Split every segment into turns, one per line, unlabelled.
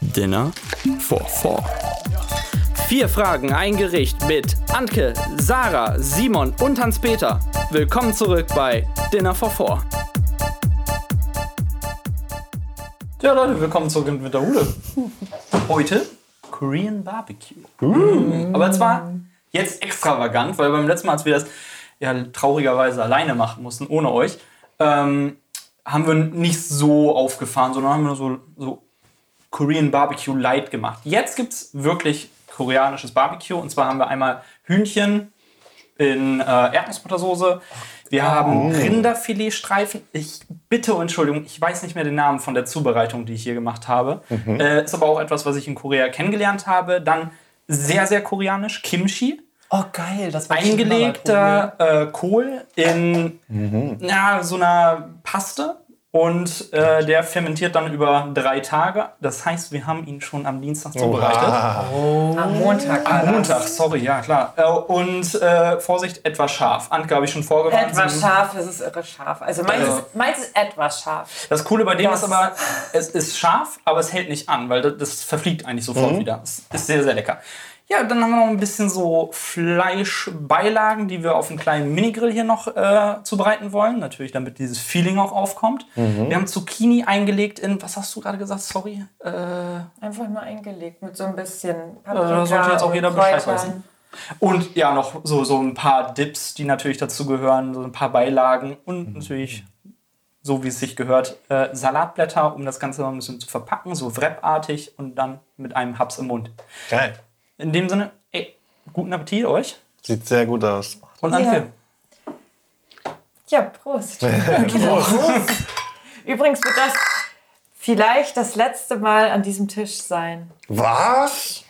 Dinner for Four.
Vier Fragen, ein Gericht mit Anke, Sarah, Simon und Hans-Peter. Willkommen zurück bei Dinner for Four. Ja, Leute, willkommen zurück mit der Hude. Heute Korean Barbecue. Aber zwar jetzt extravagant, weil beim letzten Mal, als wir das ja traurigerweise alleine machen mussten, ohne euch, ähm, haben wir nicht so aufgefahren, sondern haben wir nur so, so Korean Barbecue Light gemacht. Jetzt gibt es wirklich koreanisches Barbecue. Und zwar haben wir einmal Hühnchen in äh, Erdnussbuttersoße. Wir haben Rinderfiletstreifen. Ich bitte um Entschuldigung, ich weiß nicht mehr den Namen von der Zubereitung, die ich hier gemacht habe. Äh, ist aber auch etwas, was ich in Korea kennengelernt habe. Dann sehr, sehr koreanisch, Kimchi
Oh, geil, das war
eingelegter äh, Kohl in na, so einer Paste und äh, der fermentiert dann über drei Tage. Das heißt, wir haben ihn schon am Dienstag zubereitet.
Am Montag. war
Am
das.
Montag, sorry, ja klar. Äh, und äh, Vorsicht, etwas scharf. Anke habe ich schon vorgewarnt.
Etwas scharf, es ist irre scharf. Also meins,
Ja.
ist, meins ist etwas scharf.
Das Coole bei dem
Das-
ist aber, es ist scharf, aber es hält nicht an, weil das, das verfliegt eigentlich sofort wieder. Es ist sehr, sehr lecker. Ja, dann haben wir noch ein bisschen so Fleischbeilagen, die wir auf einem kleinen Minigrill hier noch äh, zubereiten wollen. Natürlich, damit dieses Feeling auch aufkommt. Wir haben Zucchini eingelegt in, was hast du gerade gesagt? Sorry. Äh,
Einfach nur eingelegt mit so ein bisschen
da sollte jetzt auch
und
jeder Bescheid
Kräutern.
wissen. Und ja, noch so, so ein paar Dips, die natürlich dazu gehören, so ein paar Beilagen und natürlich, so wie es sich gehört, äh, Salatblätter, um das Ganze noch ein bisschen zu verpacken, so wrappartig und dann mit einem Haps im Mund.
Geil.
In dem Sinne, ey, guten Appetit euch
Sieht sehr gut aus.
und
Ja.
Anke.
Ja, Prost. Prost. Übrigens wird das vielleicht das letzte Mal an diesem Tisch sein.
Was?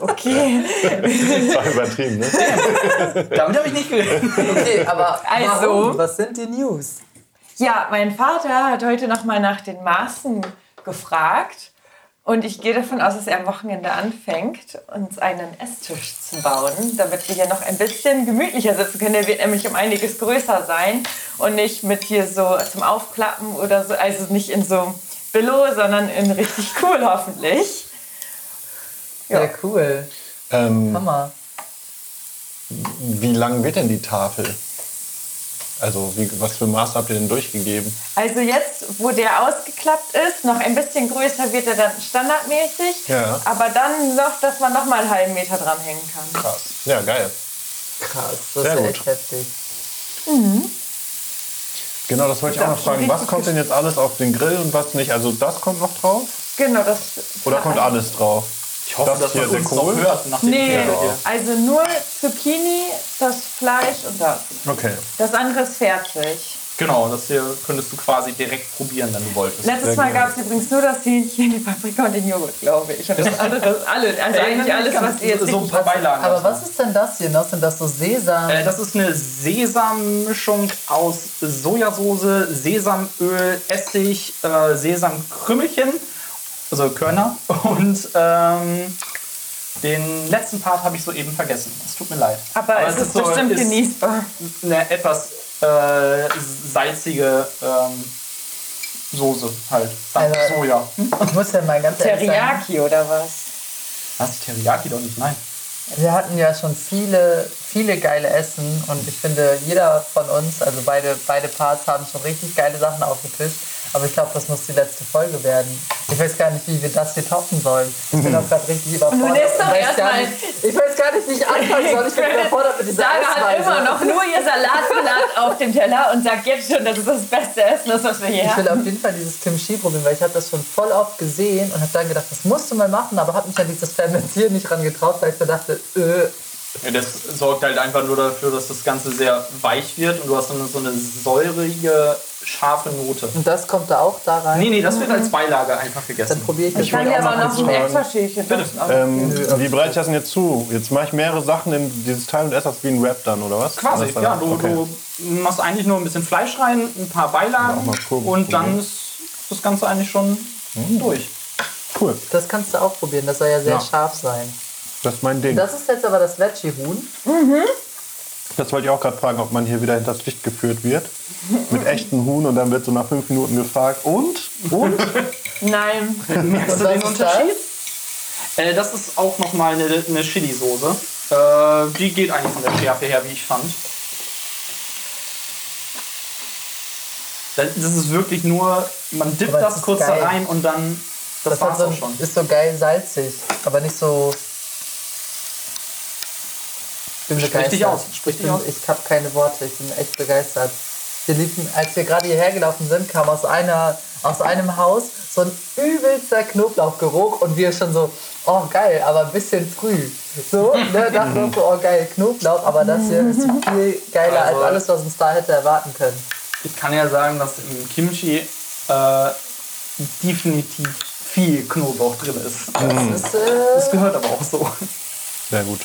Okay.
Das war übertrieben, ne?
Damit habe ich nicht gerechnet.
Okay, aber
Also?
warum? was sind die News?
Ja, mein Vater hat heute nochmal nach den Maßen gefragt. Und ich gehe davon aus, dass er am Wochenende anfängt, uns einen Esstisch zu bauen, damit wir hier noch ein bisschen gemütlicher sitzen können. Der wird nämlich um einiges größer sein und nicht mit hier so zum Aufklappen oder so. Also nicht in so Billo, sondern in richtig cool hoffentlich.
Ja, cool.
Ähm,
Hammer.
wie lang wird denn die Tafel? Also, wie, was für Maße habt ihr denn durchgegeben?
Also jetzt, wo der ausgeklappt ist, noch ein bisschen größer wird er dann standardmäßig.
Ja.
Aber dann noch, dass man noch mal einen halben Meter dranhängen kann.
Krass. Ja, geil.
Krass, das
Sehr
ist ja
gut.
echt heftig.
Genau, das wollte ich auch noch fragen. Was kommt denn jetzt alles auf den Grill und was nicht? Also, das kommt noch drauf?
Genau, das.
Oder kommt alles drauf? Ich hoffe, das hier der Kohl.
nach dem
Nee,
Video hier.
also nur Zucchini, das Fleisch und das.
Okay.
Das andere ist fertig.
Genau, das hier könntest du quasi direkt probieren, wenn du wolltest.
Letztes Mal gab es übrigens nur das Hähnchen, die Paprika und den Joghurt, glaube ich. Und das andere ist alles.
Äh,
Also eigentlich alles, was ihr jetzt
so ein
nicht-
paar Beilagen.
Aber was ist denn das hier noch? Sind das so Sesam?
Äh, Das ist eine Sesammischung aus Sojasauce, Sesamöl, Essig, äh, Sesamkrümmelchen, also Körner. Und ähm, den letzten Part habe ich soeben vergessen. Es tut mir leid.
Aber, es ist, bestimmt
ist
genießbar.
Eine etwas äh, salzige ähm, Soße halt. Samt
Also-
Soja. Hm?
Ich muss ja mal ganz ehrlich sagen,
Teriyaki oder was?
Was? Teriyaki doch nicht, nein.
wir hatten ja schon viele, viele geile Essen und ich finde, jeder von uns, also beide, beide Parts haben schon richtig geile Sachen auf dem Tisch. Aber ich glaube, das muss die letzte Folge werden. Ich weiß gar nicht, wie wir das hier toppen sollen. Ich bin auch gerade richtig überfordert.
nimmst doch
und weiß
erst
gar
mal-
nicht- Ich weiß gar nicht, wie ich anfangen soll. Ich bin überfordert mit dieser
Sarah hat
Auswahl.
halt immer noch nur ihr Salatblatt auf dem Teller und sagt jetzt schon, dass es das beste Essen ist, was wir hier
Ich
haben.
will auf jeden Fall dieses Kimchi probieren, weil ich habe das schon voll oft gesehen und habe dann gedacht, das musst du mal machen, aber habe mich an dieses Fermentieren nicht ran getraut, weil ich mir dachte, äh,
Ja, das sorgt halt einfach nur dafür, dass das Ganze sehr weich wird und du hast dann so eine säurige, scharfe Note.
und das kommt da auch da rein.
Nee, nee, das wird als Beilage einfach
Dann
gegessen.
probiere ich das
Ich kann dir aber noch ein extra Schälchen
Ähm, wie bereite ich das denn jetzt zu? Jetzt mache ich mehrere Sachen in dieses Teil und esse das wie ein Wrap dann, oder was?
Quasi,
Alles dann-
ja, du,
okay.
du machst eigentlich nur ein bisschen Fleisch rein, ein paar Beilagen
Ja, mal proben,
und dann
probieren. Hm.
ist das Ganze eigentlich schon durch.
Cool,
Das kannst du auch probieren, das soll ja sehr
Ja.
scharf sein.
das ist mein Ding. Das,
Das ist jetzt aber das Veggie-Huhn.
wollte ich auch gerade fragen, ob man hier wieder hinters Licht geführt wird. Mit echten Huhn und dann wird so nach fünf Minuten gefragt, und? Und?
Nein.
Merkst du Also
was
den
ist das?
Unterschied? Äh, das ist auch nochmal eine, eine Chili-Soße. Äh, die geht eigentlich von der Schärfe her, wie ich fand. Das, das ist wirklich nur, man dippt
Aber das
das
ist
kurz da
geil.
rein und dann. Das,
Das hat
war's
so,
auch schon.
ist so geil salzig, aber nicht so. Ich bin
Sprich dich aus, sprich dich
ich bin-
aus.
Ich habe keine Worte, ich bin echt begeistert. Wir liefen, als wir gerade hierher gelaufen sind, kam aus, einer, aus einem Haus so ein übelster Knoblauchgeruch und wir schon so, oh geil, aber ein bisschen früh. So, ne, dachten wir so, oh geil, Knoblauch, aber das hier ist viel geiler
Also-
als alles, was uns da hätte erwarten können.
Ich kann ja sagen, dass im Kimchi äh, definitiv viel Knoblauch drin ist.
Das ist, äh,
Das gehört aber auch so.
Sehr gut.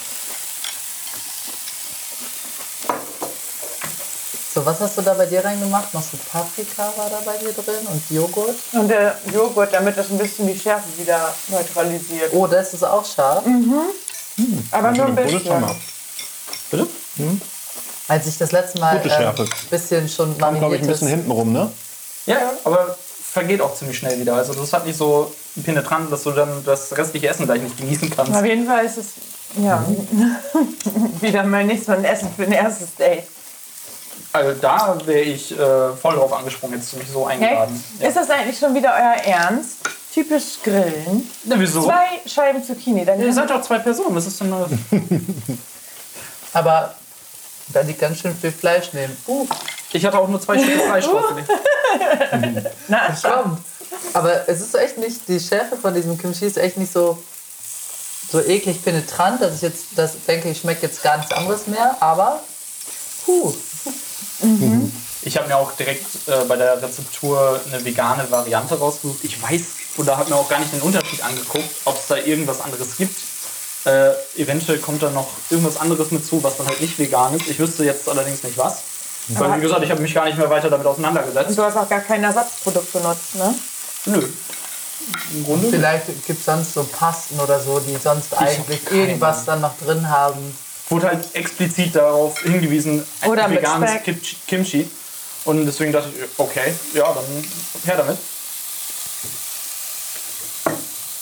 So, was hast du da bei dir reingemacht? Noch so Paprika war da bei dir drin und Joghurt?
Und der Joghurt, damit das ein bisschen die Schärfe wieder neutralisiert.
Oh, das ist auch scharf.
Aber nur ein
Eine gute
bisschen.
Schärfe.
Bitte?
Als ich das letzte Mal
Gute
ein
Schärfe.
ähm, bisschen schon
Kommt, glaube ich, ein bisschen
mariniertes...
hinten rum, ne?
Ja, ja, aber vergeht auch ziemlich schnell wieder. Also das hat nicht so penetrant, dass du dann das restliche Essen gleich nicht genießen kannst.
Auf jeden Fall ist es ja, wieder mal nicht so ein Essen für ein erstes Date.
Also da wäre ich äh, voll drauf angesprungen, hättest du mich so
Hey,
eingeladen. Ja.
Ist das eigentlich schon wieder euer Ernst? Typisch Grillen.
Na, wieso?
Zwei Scheiben Zucchini, dann
Ihr seid doch zwei Personen, was ist denn da?
Aber da liegt ganz schön viel Fleisch neben. Uh,
Ich hatte auch nur zwei Stücke Fleisch drauf.
Na,
komm. Aber es ist echt nicht... Die Schärfe von diesem Kimchi ist echt nicht so... So eklig penetrant, dass ich jetzt das denke, ich schmeckt jetzt gar nichts anderes mehr, aber puh,
Ich habe mir auch direkt äh, bei der Rezeptur eine vegane Variante rausgesucht. Ich weiß oder habe mir auch gar nicht den Unterschied angeguckt, ob es da irgendwas anderes gibt. Äh, eventuell kommt da noch irgendwas anderes mit zu, was dann halt nicht vegan ist. Ich wüsste jetzt allerdings nicht was. Weil, wie gesagt, ich habe mich gar nicht mehr weiter damit auseinandergesetzt.
du hast auch gar kein Ersatzprodukt benutzt, ne?
Nö. Im Grunde.
vielleicht gibt es sonst so Pasten oder so, die sonst eigentlich
keine
irgendwas dann noch drin haben.
wurde halt explizit darauf hingewiesen, ein
Oder mit
veganes
Speck.
Kim- Kimchi. Und deswegen dachte ich, okay, ja, dann her damit.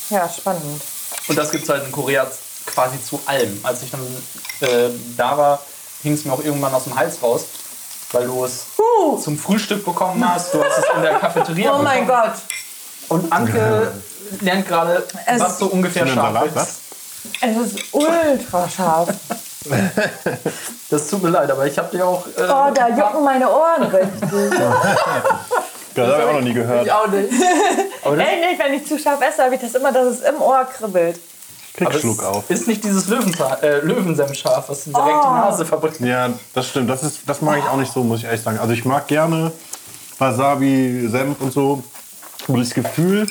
Ja, spannend.
Und das gibt es halt in Korea quasi zu allem. Als ich dann äh, da war, hing es mir auch irgendwann aus dem Hals raus, weil du es zum Frühstück bekommen hast, du hast es in der Cafeteria
Oh mein
bekommen.
Gott.
Und Anke lernt gerade,
Es-
was so ungefähr
Für den
scharf
Salat,
ist.
was?
Es ist ultra scharf.
Das tut mir leid, aber ich habe dir auch... Äh,
Oh, da jucken meine Ohren richtig.
Das habe ich auch noch nie
Ich
gehört.
auch nicht.
aber das,
Ähnlich, wenn ich zu scharf esse, habe ich das immer, dass es im Ohr kribbelt.
aber
Kriegschluck auf.
es ist nicht dieses Löwenzahn- äh, Löwensenf-Scharf, was dir direkt
Oh.
die Nase verbrennt.
Ja, das stimmt. Das, ist, das mag ich auch nicht so, muss ich ehrlich sagen. Also ich mag gerne Wasabi, Senf und so. Aber das Gefühl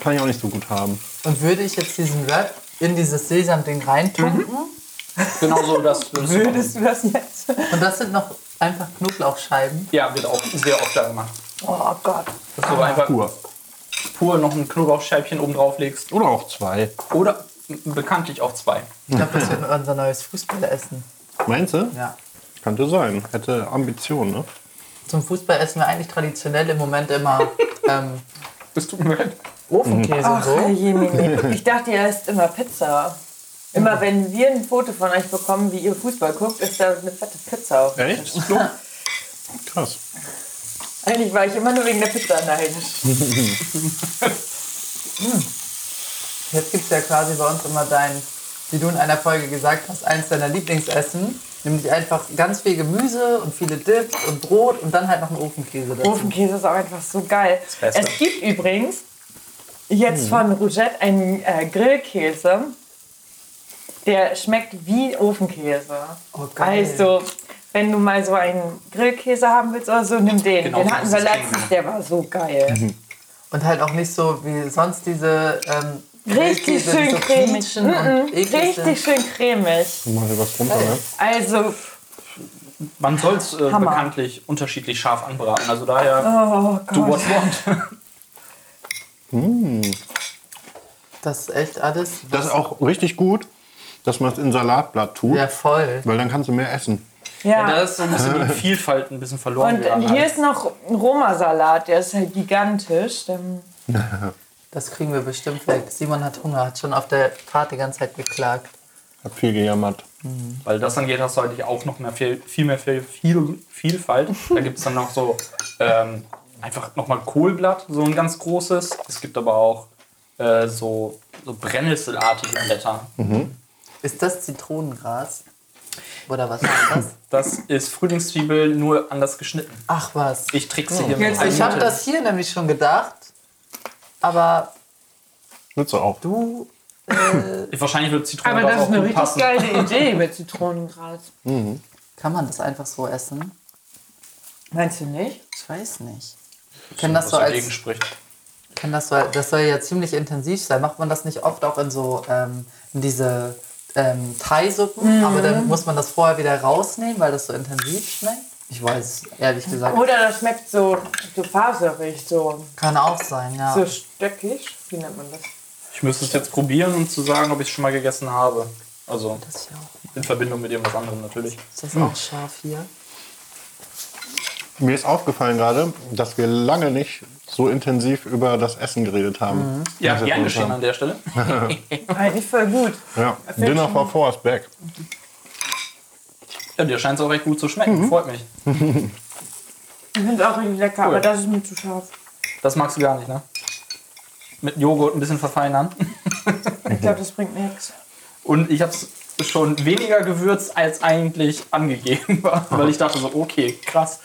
kann ich auch nicht so gut haben.
Und würde ich jetzt diesen Rap in dieses Sesamding reintunken?
Mhm.
Genau so, das würdest
Würdest du das jetzt?
Und das sind noch einfach Knoblauchscheiben.
Ja, wird auch sehr oft da gemacht.
Oh Gott.
Dass du einfach
Pur.
pur noch ein Knoblauchscheibchen oben drauf legst.
Oder auch zwei.
Oder bekanntlich auch zwei.
Ich glaube, das wird unser neues Fußballessen.
Meinst du?
Ja.
Könnte sein. Hätte Ambitionen, ne?
Zum Fußball essen wir eigentlich traditionell im Moment immer ähm,
Das tut mir leid.
Ofenkäse und
Ach,
so.
Jemine. Ich dachte, ihr esst immer Pizza. Immer wenn wir ein Foto von euch bekommen, wie ihr Fußball guckt, ist da eine fette Pizza auf.
Echt? Krass.
Eigentlich war ich immer nur wegen der Pizza neidisch.
Jetzt gibt es ja quasi bei uns immer dein, wie du in einer Folge gesagt hast, eins deiner Lieblingsessen. Nämlich einfach ganz viel Gemüse und viele Dips und Brot und dann halt noch einen Ofenkäse dazu.
Ofenkäse ist auch einfach so geil.
Beste.
Es gibt übrigens
Hm.
jetzt von Rougette einen äh, Grillkäse, der schmeckt wie Ofenkäse.
Oh, geil.
also, wenn du mal so einen Grillkäse haben willst oder so, nimm den.
Genau,
den hatten wir
das Mhm. ist
letztens, der war so geil.
Und halt auch nicht so wie sonst diese ähm,
Richtig
Grillkäse, die
schön
so
cremig. Mhm.
quietschen und eklig sind.
Richtig schön cremig.
Mach dir was drunter, ne?
Also,
Man soll es äh,
Hammer.
bekanntlich unterschiedlich scharf anbraten. Also daher,
oh
do what
Gott.
you want.
Das ist echt alles.
Das ist auch richtig gut, dass man es in Salatblatt tut,
Ja, voll.
weil dann kannst du mehr essen.
Ja.
Da ist so ein bisschen die Vielfalt ein bisschen verloren
Und
gegangen.
hier ist noch ein Roma-Salat, der ist halt gigantisch. Ähm,
Das kriegen wir bestimmt weg. Simon hat Hunger, hat schon auf der Fahrt die ganze Zeit geklagt.
Hab viel gejammert.
Weil das angeht, hast du eigentlich auch noch mehr viel, viel mehr viel, viel, Vielfalt. Da gibt es dann noch so ähm, einfach nochmal Kohlblatt, so ein ganz großes. Es gibt aber auch äh, so, so Brennnesselartige Blätter.
Ist das Zitronengras? Oder was ist das?
Das ist Frühlingszwiebel, nur anders geschnitten.
Ach was.
Ich trickse hier mit
Jetzt-
meinen
Ich habe
Mitteln.
das hier nämlich schon gedacht. Aber
Nütze auch.
du,
Wahrscheinlich wird Zitrone
Aber das
auch
ist eine
gut
richtig
passen.
geile Idee mit Zitronengras.
kann man das einfach so essen?
Meinst du nicht?
Ich weiß nicht. Ich kenne das,
Was
so
dagegen
als-
spricht.
kenn das so als. Das soll ja ziemlich intensiv sein. Macht man das nicht oft auch in so ähm, in diese ähm, Thai-Suppen? Aber dann muss man das vorher wieder rausnehmen, weil das so intensiv schmeckt? Ich weiß, ehrlich gesagt.
Oder das schmeckt so, so faserig, so,
Kann auch sein, ja.
so stöckig. Wie nennt man das?
Ich müsste es jetzt probieren, um zu sagen, ob ich es schon mal gegessen habe. Also
Das ist ja auch,
in Verbindung mit irgendwas anderem natürlich.
ist das auch scharf hier?
Mir ist aufgefallen gerade, dass wir lange nicht so intensiv über das Essen geredet haben.
Mhm.
Ja,
Das ist
gern
gut,
geschehen an der Stelle.
Eigentlich voll gut.
Ja, Dinner for Four ist back.
Ja, dir scheint es auch recht gut zu schmecken.
Mhm.
Freut mich.
Ich finde es auch richtig lecker,
Cool.
aber das ist mir zu scharf.
Das magst du gar nicht, ne? Mit Joghurt ein bisschen verfeinern.
Ich glaube, das bringt nichts.
Und ich habe es schon weniger gewürzt, als eigentlich angegeben war. Weil ich dachte so, okay, krass.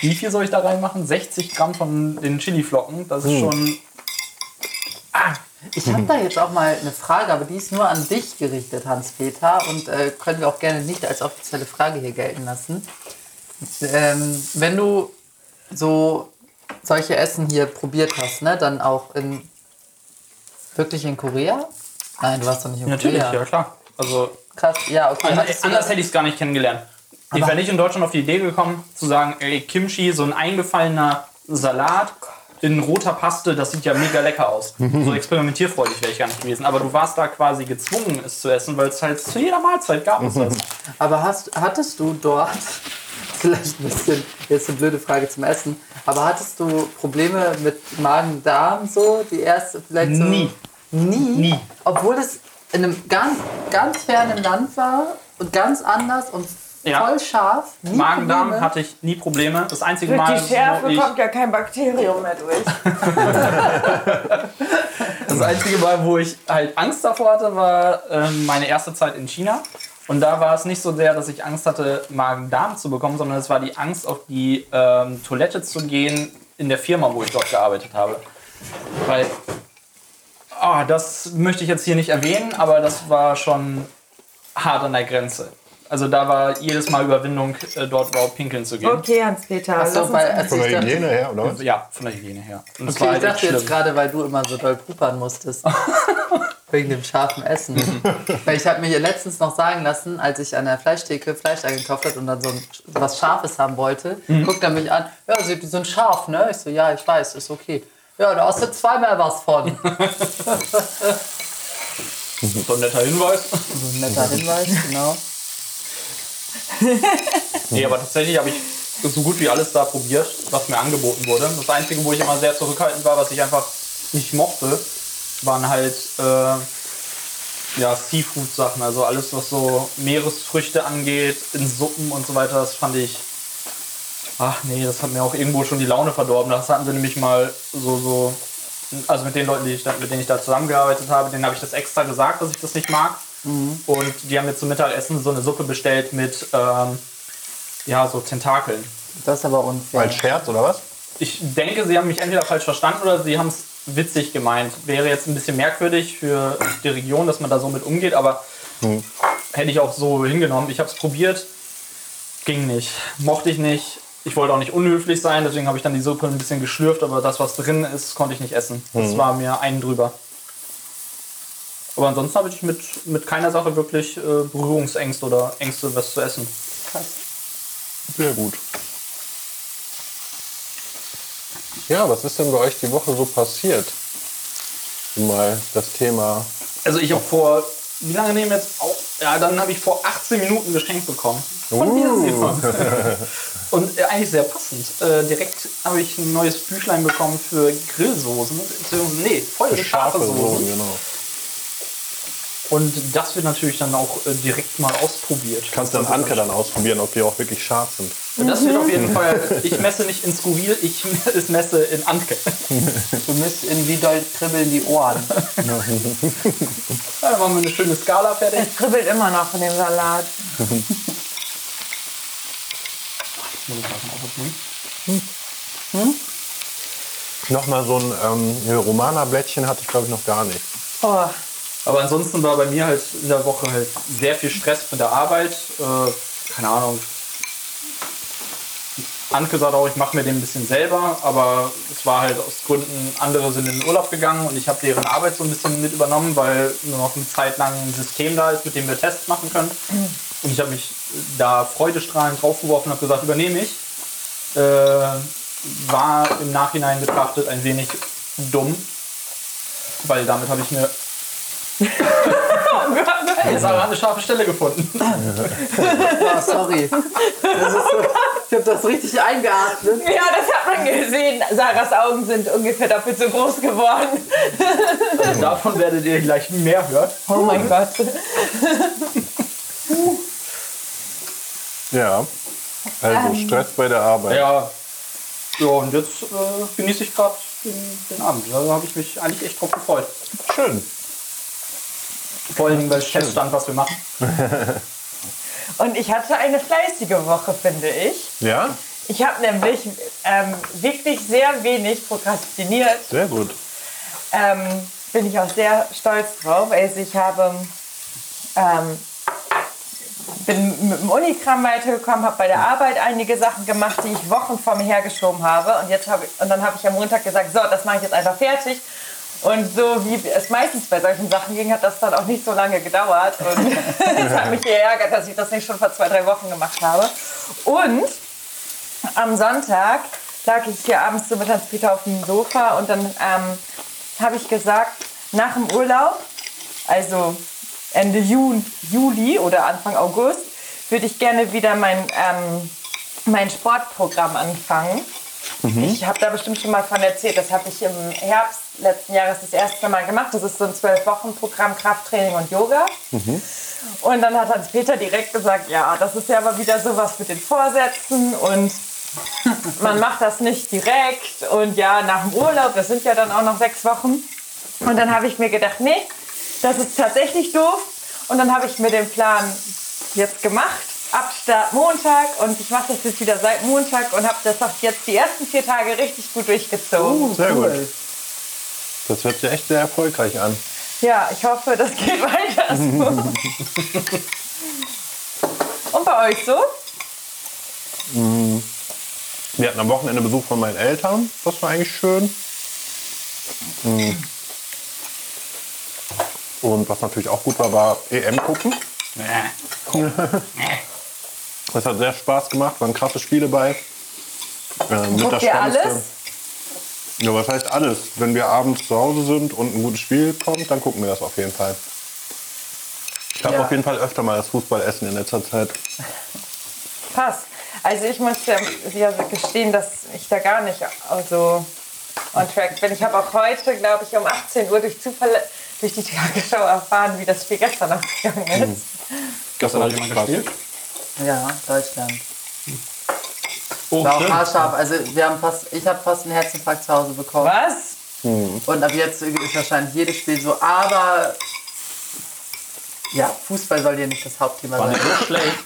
Wie viel soll ich da reinmachen? 60 Gramm von den Chili-Flocken. Das
Oh.
ist schon...
Ich habe da jetzt auch mal eine Frage, aber die ist nur an dich gerichtet, Hans-Peter, und äh, können wir auch gerne nicht als offizielle Frage hier gelten lassen. Ähm, wenn du so solche Essen hier probiert hast, ne, dann auch in wirklich in Korea? Nein, du warst doch nicht in
Natürlich,
Korea.
ja klar. Also
Krass, ja,
Äh,
okay.
An-
hattest du
anders
das-
hätte ich es gar nicht kennengelernt. Ich wäre nicht in Deutschland auf die Idee gekommen, zu sagen, ey, Kimchi, so ein eingefallener Salat in roter Paste, das sieht ja mega lecker aus.
Mhm.
So experimentierfreudig wäre ich gar nicht gewesen. Aber du warst da quasi gezwungen, es zu essen, weil es halt zu jeder Mahlzeit gab
Mhm.
es das.
Aber hast, hattest du dort, vielleicht ein bisschen, jetzt eine blöde Frage zum Essen, aber hattest du Probleme mit Magen-Darm so, die erste, vielleicht so?
Nie.
Nie?
Nie.
Obwohl es in einem ganz, ganz fernen Land war und ganz anders und
Ja.
voll scharf. nie
Magen-Darm
Probleme.
hatte ich nie Probleme. Das einzige
Durch
Mal,
die Schärfe
wo ich,
kommt ja kein Bakterium mehr durch.
das einzige Mal, wo ich halt Angst davor hatte, war ähm, meine erste Zeit in China. Und da war es nicht so sehr, dass ich Angst hatte, Magen-Darm zu bekommen, sondern es war die Angst, auf die ähm, Toilette zu gehen in der Firma, wo ich dort gearbeitet habe. Weil, ah, das möchte ich jetzt hier nicht erwähnen, aber das war schon hart an der Grenze. Also da war jedes Mal Überwindung, äh, dort überhaupt pinkeln zu gehen.
Okay, Hans-Peter.
Ach
lass
So,
uns-
weil, also
Von
ich
der
dachte,
Hygiene her, oder was?
Ja, von der Hygiene her. Und es war
okay, ich
halt echt
dachte jetzt
schlimm.
gerade, weil du immer so doll pupern musstest. Wegen dem scharfen Essen. Weil ich habe mir hier letztens noch sagen lassen, als ich an der Fleischtheke Fleisch eingekauft habe und dann so ein, was Scharfes haben wollte,
Mhm.
guckt er mich an, ja, sie sind scharf, ne? Ich so, ja, ich weiß, ist okay. Ja, da hast du zweimal was von.
So ein netter Hinweis.
Netter Hinweis, genau.
Nee, aber tatsächlich habe ich so gut wie alles da probiert, was mir angeboten wurde. Das Einzige, wo ich immer sehr zurückhaltend war, was ich einfach nicht mochte, waren halt äh, ja, Seafood-Sachen. Also alles, was so Meeresfrüchte angeht, in Suppen und so weiter, das fand ich. Ach nee, das hat mir auch irgendwo schon die Laune verdorben. Das hatten sie nämlich mal so, so. Also mit den Leuten, die ich da, mit denen ich da zusammengearbeitet habe, denen habe ich das extra gesagt, dass ich das nicht mag. Und die haben mir zum Mittagessen so eine Suppe bestellt mit ähm, ja, so Tentakeln.
Das ist aber unfair.
Als Scherz, oder was?
Ich denke, sie haben mich entweder falsch verstanden oder sie haben es witzig gemeint. Wäre jetzt ein bisschen merkwürdig für die Region, dass man da so mit umgeht, aber hätte ich auch so hingenommen. Ich habe es probiert, ging nicht. Mochte ich nicht. Ich wollte auch nicht unhöflich sein, deswegen habe ich dann die Suppe ein bisschen geschlürft, aber das, was drin ist, konnte ich nicht essen. Das war mir einen drüber. Aber ansonsten habe ich mit, mit keiner Sache wirklich äh, Berührungsängste oder Ängste, was zu essen.
Sehr gut. Ja, was ist denn bei euch die Woche so passiert? Um Mal das Thema.
Also ich habe vor, wie lange nehmen wir jetzt auf? Ja, dann habe ich vor 18 Minuten geschenkt bekommen. Von mir. Und äh, eigentlich sehr passend. Äh, direkt habe ich ein neues Büchlein bekommen für Grillsoßen. beziehungsweise, Nee,
Also
voll scharfe Soßen.
genau.
Und das wird natürlich dann auch äh, direkt mal ausprobiert.
Kannst du dann Anker dann ausprobieren, ob die auch wirklich scharf sind.
Und das wird auf jeden Fall, ich messe nicht in Scoville, ich messe in Antke.
Du misst in wie doll kribbeln die Ohren.
Dann machen wir eine schöne Skala fertig.
Es kribbelt immer noch von dem Salat.
Nochmal so ein ähm, ein Romana-Blättchen hatte ich, glaube ich, noch gar nicht.
Oh,
Aber ansonsten war bei mir halt in der Woche halt sehr viel Stress mit der Arbeit. Äh, keine Ahnung. Anke sagt auch, ich mache mir den ein bisschen selber, aber es war halt aus Gründen, andere sind in den Urlaub gegangen und ich habe deren Arbeit so ein bisschen mit übernommen, weil nur noch eine Zeit lang ein System da ist, mit dem wir Tests machen können. Und ich habe mich da freudestrahlend draufgeworfen und habe gesagt, übernehme ich. Äh, war im Nachhinein betrachtet ein wenig dumm, weil damit habe ich mir Jetzt haben wir eine scharfe Stelle gefunden.
Oh, sorry. Das ist so, ich habe das richtig eingeatmet.
ja, das hat man gesehen. Sarahs Augen sind ungefähr doppelt so groß geworden.
Davon werdet ihr gleich mehr hören.
Oh mein Gott.
Ja. Also
Ähm.
Stress bei der Arbeit.
Ja. Ja, und jetzt äh, genieße ich gerade den, den Abend. Da habe ich mich eigentlich echt drauf gefreut.
Schön.
Vor allem, weil es feststand, was wir machen.
Und ich hatte eine fleißige Woche, finde ich.
Ja?
Ich habe nämlich ähm, wirklich sehr wenig prokrastiniert.
Sehr gut.
ähm, bin ich auch sehr stolz drauf. Also ich habe, ähm, bin mit dem Unikram weitergekommen, habe bei der Arbeit einige Sachen gemacht, die ich Wochen vor mir hergeschoben habe. Und, jetzt habe ich, und dann habe ich am Montag gesagt, so, das mache ich jetzt einfach fertig. Und so wie es meistens bei solchen Sachen ging, hat das dann auch nicht so lange gedauert. Und es hat mich geärgert, dass ich das nicht schon vor zwei, drei Wochen gemacht habe. Und am Sonntag lag ich hier abends so mit Hans-Peter auf dem Sofa und dann ähm, habe ich gesagt, nach dem Urlaub, also Ende Jun, Juli oder Anfang August, würde ich gerne wieder mein, ähm, mein Sportprogramm anfangen. Ich habe da bestimmt schon mal von erzählt. Das habe ich im Herbst letzten Jahres das erste Mal gemacht. Das ist so ein Zwölf-Wochen-Programm Krafttraining und Yoga. Und dann hat Hans-Peter direkt gesagt, ja, das ist ja aber wieder sowas mit den Vorsätzen und man macht das nicht direkt und ja, nach dem Urlaub, das sind ja dann auch noch sechs Wochen. Und dann habe ich mir gedacht, nee, das ist tatsächlich doof. Und dann habe ich mir den Plan jetzt gemacht, ab Start Montag und ich mache das jetzt wieder seit Montag und habe das auch jetzt die ersten vier Tage richtig gut durchgezogen.
Sehr gut. Das hört sich echt sehr erfolgreich an.
Ja, ich hoffe, das geht weiter so. und bei euch so?
Wir hatten am Wochenende Besuch von meinen Eltern. Das war eigentlich schön. Mm. Und was natürlich auch gut war, war EM gucken. Das hat sehr Spaß gemacht, waren krasse Spiele bei. Äh, mit
Guckt ihr
spannendste-
alles?
Ja, was heißt alles? Wenn wir abends zu Hause sind und ein gutes Spiel kommt, dann gucken wir das auf jeden Fall. Ich habe
Ja.
auf jeden Fall öfter mal das Fußballessen in letzter Zeit.
Pass. Also ich muss ja, ja gestehen, dass ich da gar nicht so on track bin. Ich habe auch heute, glaube ich, um 18 Uhr durch Zufall durch die Tagesschau erfahren, wie das Spiel gestern ausgegangen ist.
Gestern
hat halt jemand gespielt?
Ja, Deutschland.
Oh,
War auch haarscharf. Also wir haben fast, ich habe fast einen Herzinfarkt zu Hause bekommen.
Was?
Und ab jetzt ist wahrscheinlich jedes Spiel so. Aber ja, Fußball soll hier nicht das Hauptthema
War
sein.
nicht so schlecht.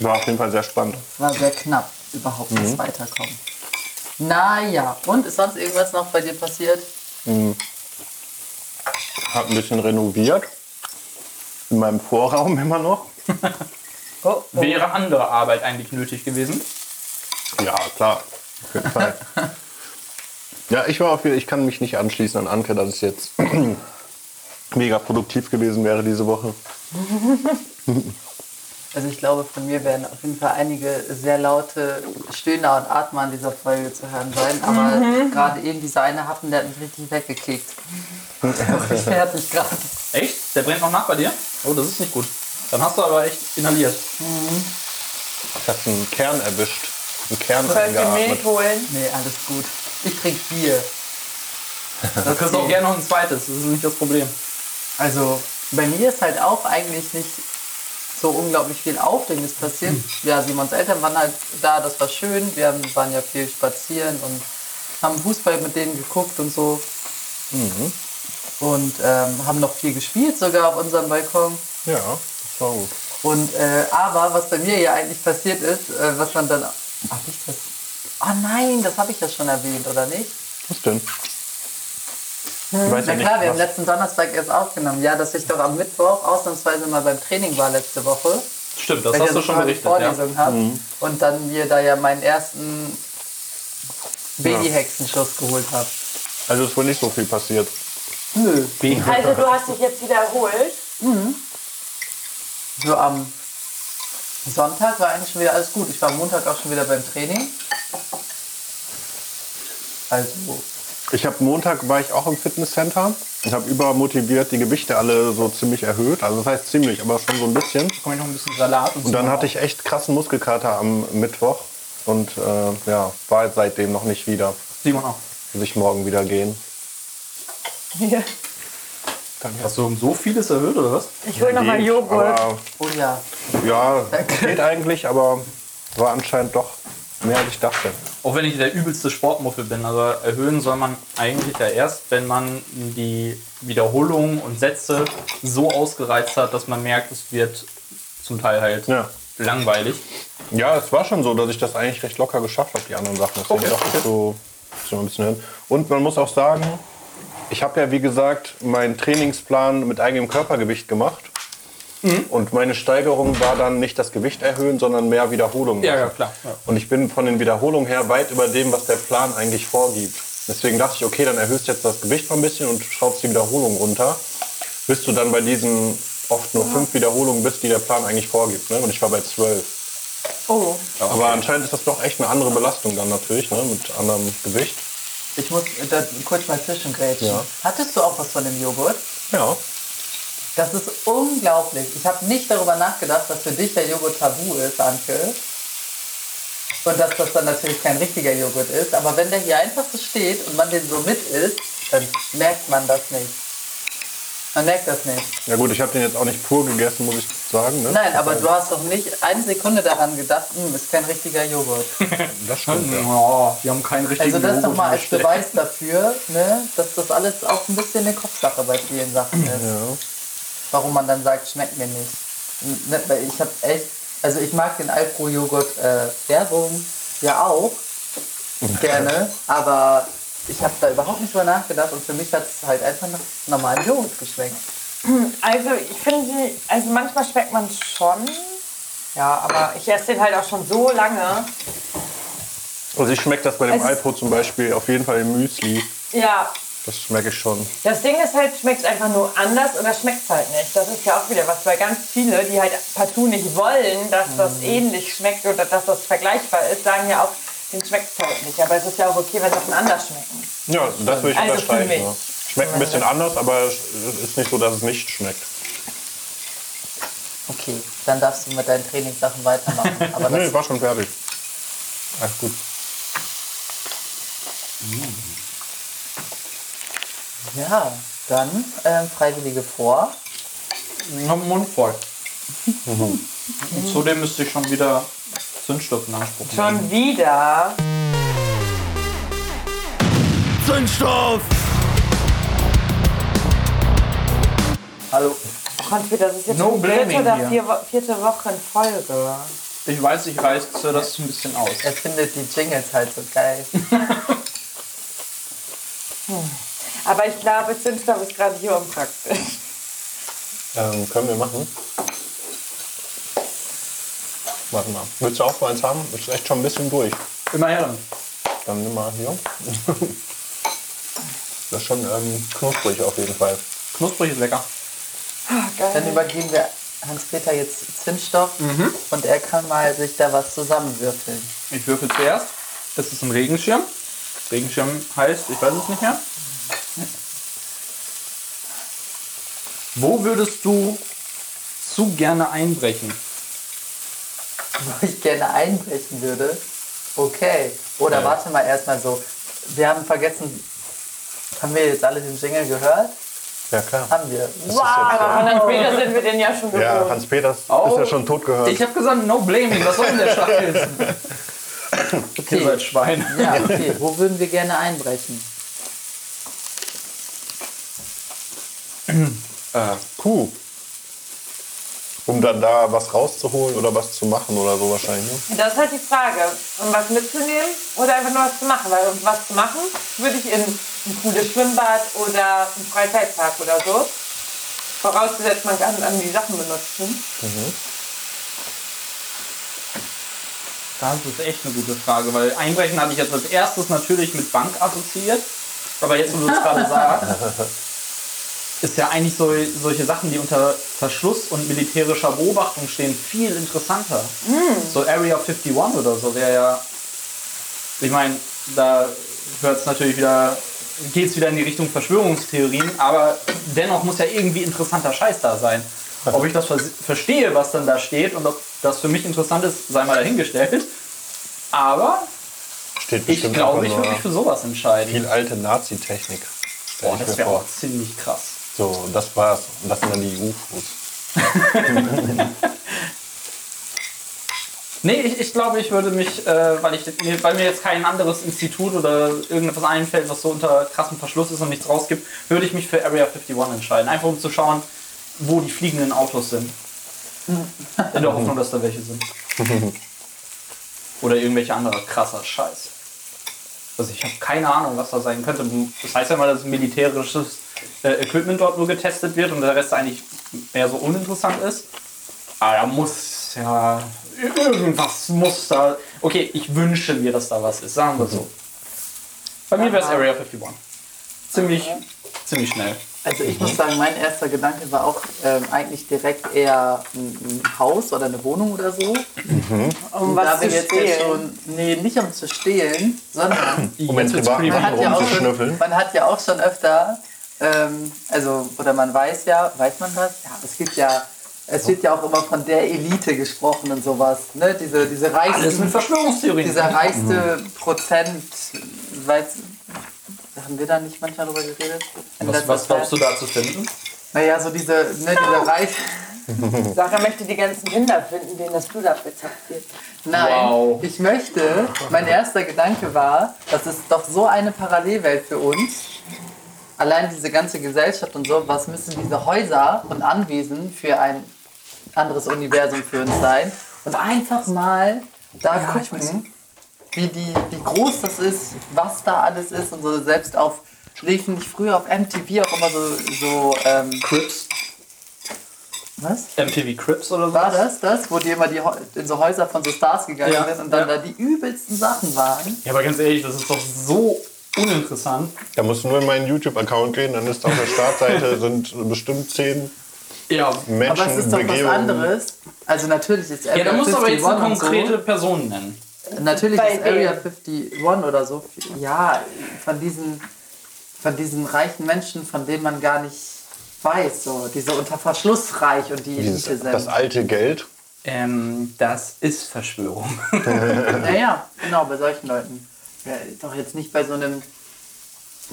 War auf jeden Fall sehr spannend.
War sehr knapp, überhaupt das Weiterkommen. Naja, und ist sonst irgendwas noch bei dir passiert?
Hab ein bisschen renoviert. In meinem Vorraum immer noch.
Oh, oh.
Wäre andere Arbeit eigentlich nötig gewesen?
Ja, klar. Auf jeden Fall. ja, ich war auf jeden Ich kann mich nicht anschließen an Anke, dass es jetzt mega produktiv gewesen wäre diese Woche.
Also ich glaube, von mir werden auf jeden Fall einige sehr laute Stöhner und Atmer in dieser Folge zu hören sein. Aber gerade eben dieser eine Happen, der hat mich richtig weggekickt. Ich fertig gerade.
Echt? Der brennt noch nach bei dir? Oh, das ist nicht gut. Dann hast du aber echt inhaliert.
Ich hab einen Kern erwischt. Einen Kern
Soll ich dir Milch
eingeatmet.
holen?
Nee, alles gut. Ich trinke Bier.
Du kriegst auch gerne noch ein zweites, das ist nicht das Problem.
Also bei mir ist halt auch eigentlich nicht so unglaublich viel Aufregendes passiert. Ja, Simons Eltern waren halt da, das war schön. Wir haben, waren ja viel spazieren und haben Fußball mit denen geguckt und so.
Mhm.
Und ähm, haben noch viel gespielt sogar auf unserem Balkon.
Ja, das war gut.
Und äh, aber was bei mir ja eigentlich passiert ist, äh, was man dann. Hab ich das? Oh nein, das habe ich ja schon erwähnt, oder nicht?
Was denn? Ich weiß
Na
ja nicht,
klar, wir haben
was-
letzten Donnerstag erst aufgenommen. Ja, dass ich doch am Mittwoch ausnahmsweise mal beim Training war letzte Woche.
Stimmt, das
weil ich
hast
ja
du schon
eine
berichtet. Ja. Mhm.
Vorlesung habe. Und dann mir da ja meinen ersten Babyhexenschuss geholt habe.
Also ist wohl nicht so viel passiert.
Nö.
Also du hast dich jetzt wieder erholt.
So am Sonntag war eigentlich schon wieder alles gut. Ich war am Montag auch schon wieder beim Training. Also
Ich habe Montag war ich auch im Fitnesscenter und habe übermotiviert die Gewichte alle so ziemlich erhöht. Also das heißt ziemlich, aber schon so ein bisschen.
Komm ich noch ein bisschen Salat und
Und dann hatte ich echt krassen Muskelkater am Mittwoch und äh, ja, war seitdem noch nicht wieder.
Simon auch.
Muss ich morgen wieder gehen.
Hier.
Hast du um so vieles erhöht oder was?
Ich hole nochmal
Geht,
Joghurt.
Aber,
Oh ja.
ja, geht eigentlich, aber war anscheinend doch mehr als ich dachte.
Auch wenn ich der übelste Sportmuffel bin, aber erhöhen soll man eigentlich ja erst, wenn man die Wiederholungen und Sätze so ausgereizt hat, dass man merkt, es wird zum Teil halt
Ja.
langweilig.
Ja, es war schon so, dass ich das eigentlich recht locker geschafft habe, die anderen Sachen. Deswegen
Okay,
dachte ich so, so ein bisschen hin. Und man muss auch sagen, ich habe ja, wie gesagt, meinen Trainingsplan mit eigenem Körpergewicht gemacht. Und meine Steigerung war dann nicht das Gewicht erhöhen, sondern mehr Wiederholungen.
Ja, ja,
machen.
klar, ja.
Und ich bin von den Wiederholungen her weit über dem, was der Plan eigentlich vorgibt. Deswegen dachte ich, okay, dann erhöhst du jetzt das Gewicht mal ein bisschen und schraubst die Wiederholung runter. Bis du dann bei diesen oft nur fünf Wiederholungen bist, die der Plan eigentlich vorgibt. Ne? Und ich war bei zwölf.
Oh.
Aber anscheinend ist das doch echt eine andere Belastung dann natürlich, ne? mit anderem Gewicht.
Ich muss da kurz mal zwischengrätschen.
Ja.
Hattest du auch was von dem Joghurt?
Ja.
Das ist unglaublich. Ich habe nicht darüber nachgedacht, dass für dich der Joghurt tabu ist, Anke. Und dass das dann natürlich kein richtiger Joghurt ist. Aber wenn der hier einfach so steht und man den so mit isst, dann merkt man das nicht. Man merkt das nicht.
Ja gut, ich habe den jetzt auch nicht pur gegessen, muss ich sagen. Ne?
Nein, aber du hast doch nicht eine Sekunde daran gedacht, hm, ist kein richtiger Joghurt.
Das stimmt, ja.
Oh, wir haben keinen richtigen
Also das
Joghurt
nochmal als
hergestellt.
Beweis dafür, ne, dass das alles auch ein bisschen eine Kopfsache bei vielen Sachen ist. Warum man dann sagt, schmeckt mir nicht. Ne, weil Ich habe echt, also ich mag den Alpro-Joghurt äh, Werbung ja auch gerne, aber ich habe da überhaupt nicht drüber nachgedacht und für mich hat es halt einfach nach normalem Joghurt geschmeckt.
Also ich finde, die- also manchmal schmeckt man schon. Ja, aber ich esse den halt auch schon so lange.
Also ich schmecke das bei dem
Also-
Alpro zum Beispiel auf jeden Fall im Müsli.
Ja,
Das schmecke ich schon.
das Ding ist halt, schmeckt einfach nur anders oder schmeckt halt nicht. Das ist ja auch wieder was, weil ganz viele, die halt partout nicht wollen,
Mhm.
dass das ähnlich schmeckt oder dass das vergleichbar ist, sagen ja auch, den schmeckt halt nicht. Aber es ist ja auch okay, wenn Sachen anders schmecken.
Ja, also das würde ich
Also für mich.
unterstreichen. Ja. Schmeckt ein bisschen anders, aber es ist nicht so, dass es nicht schmeckt.
Okay, dann darfst du mit deinen Trainingssachen weitermachen. Aber das
Nee, war schon fertig. Alles gut.
Ja, dann ähm, Freiwillige vor.
Ich hab den Mund voll.
Mhm.
Und zudem müsste ich schon wieder Zündstoff in Anspruch nehmen.
Schon wieder.
Zündstoff!
Hallo.
Oh Gott, das ist jetzt
No
die dritte
blaming
oder
hier.
vier, Wo- vierte Woche in Folge.
Ich weiß, ich reiße das ein bisschen aus.
Er findet die Jingles halt so geil.
Aber ich glaube, Zündstoff ist gerade hier unpraktisch.
Ähm, können wir machen? Warte mal. Willst du auch mal eins haben? Ist echt schon ein bisschen durch.
Immer her dann.
Dann nimm mal hier. Das ist schon ähm, knusprig auf jeden Fall.
Knusprig ist lecker.
Dann übergeben wir Hans-Peter jetzt Zündstoff
Mhm.
und er kann mal sich da was zusammenwürfeln.
Ich würfel zuerst. Das ist ein Regenschirm. Regenschirm heißt, ich weiß es nicht mehr. Wo würdest du zu gerne einbrechen?
wo ich gerne einbrechen würde, okay. Oder warte mal erstmal so, wir haben vergessen, haben wir jetzt alle den Jingle gehört?
Ja, klar.
Haben wir.
Aber von Hans Peter sind wir den ja schon gewohnt.
Ja, Hans Peters ist ja schon tot gehört.
Ich habe gesagt, no blaming, was soll denn der Scheiß? Ihr seid Schweine.
Ja, okay. Wo würden wir gerne einbrechen?
Äh,
Kuh. Um dann da was rauszuholen oder was zu machen oder so wahrscheinlich. Ne?
Das ist halt die Frage, um was mitzunehmen oder einfach nur was zu machen. Weil um was zu machen, würde ich in ein cooles Schwimmbad oder einen Freizeitpark oder so. Vorausgesetzt, man kann an die Sachen benutzen.
Das ist echt eine gute Frage, weil Einbrechen habe ich jetzt als erstes natürlich mit Bank assoziiert. Aber jetzt, wo du es gerade sagst, ist ja eigentlich so, solche Sachen, die unter Verschluss und militärischer Beobachtung stehen, viel interessanter. So Area 51 oder so wäre ja. Ich meine, da hört es natürlich wieder, geht es wieder in die Richtung Verschwörungstheorien, aber dennoch muss ja irgendwie interessanter Scheiß da sein. Ob ich das vers- verstehe, was dann da steht und ob das für mich interessant ist, sei mal dahingestellt. Aber
Steht
ich
bestimmt
glaube, ich
einfach
würde
nur
mich für sowas entscheiden.
viel alte Nazi-Technik. stell
Boah,
ich
das
mir
wäre
vor.
auch ziemlich krass.
So, das war's. Und das sind dann die UFOs.
Nee, ich, ich glaube, ich würde mich, äh, weil, ich, mir- weil mir jetzt kein anderes Institut oder irgendetwas einfällt, was so unter krassem Verschluss ist und nichts rausgibt, würde ich mich für Area 51 entscheiden. Einfach um zu schauen, wo die fliegenden Autos sind. In der Hoffnung, dass da welche sind. Oder irgendwelche andere krasser Scheiß. Also ich habe keine Ahnung, was da sein könnte. Das heißt ja mal, dass militärisches äh, Equipment dort nur getestet wird und der Rest eigentlich mehr so uninteressant ist. Aber Ah, da muss ja. Irgendwas muss da. Okay, ich wünsche mir, dass da was ist, sagen wir so. Bei mir wäre es Area 51. Ziemlich, ziemlich schnell.
Also ich
Mhm.
muss sagen, mein erster Gedanke war auch ähm, eigentlich direkt eher ein, ein Haus oder eine Wohnung oder so.
Mhm.
Um
da
was
wir
zu
jetzt ja
stehlen.
schon, nee, nicht um zu stehlen, sondern
Um in
Jetzt wird's
privaten
creepy.
man hat, ja auch schon,
rumzuschnüffeln.
man hat ja auch schon öfter, ähm, also oder man weiß ja, weiß man das? Ja, es gibt ja, es wird ja auch immer von der Elite gesprochen und sowas, ne? Diese, diese
Alles
reichsten
mit Mhm. Verschwörungstheorien.
dieser reichste Prozent, weiß, haben wir da nicht manchmal drüber geredet? In
Was,
letzter
was glaubst du
Zeit?
da zu finden?
Naja, so diese, ne, dieser reich,
Sarah möchte die ganzen Kinder finden, denen das Blut abgezapft wird.
nein,
Wow.
ich möchte, mein erster Gedanke war, das ist doch so eine Parallelwelt für uns. Allein diese ganze Gesellschaft und so, was müssen diese Häuser und Anwesen für ein anderes Universum für uns sein? Und einfach mal da gucken, wie, die, wie groß das ist, was da alles ist und so selbst auf, nicht früher auf MTV auch immer so, so ähm,
Crips.
was?
MTV Crips oder so?
War das das, wo die immer die Hau- in so Häuser von so Stars gegangen
Ja,
sind und dann
ja.
da die übelsten Sachen waren?
Ja, aber ganz ehrlich, das ist doch so uninteressant.
Da musst du nur in meinen YouTube-Account gehen, dann ist auf der Startseite sind bestimmt zehn
Ja.
Menschen
Aber es ist doch was anderes. Also natürlich ist Area
Ja, da musst du aber jetzt eine
51
konkrete Person nennen.
und so. Natürlich
Bei
ist
wem?
Area 51 oder so. Ja, von diesen, von diesen reichen Menschen, von denen man gar nicht weiß, so, die so unter Verschluss reich und die
Dieses,
Elite
das
sind.
alte Geld.
Ähm, das ist Verschwörung.
Naja, genau, bei solchen Leuten. Ja, doch jetzt nicht bei so einem,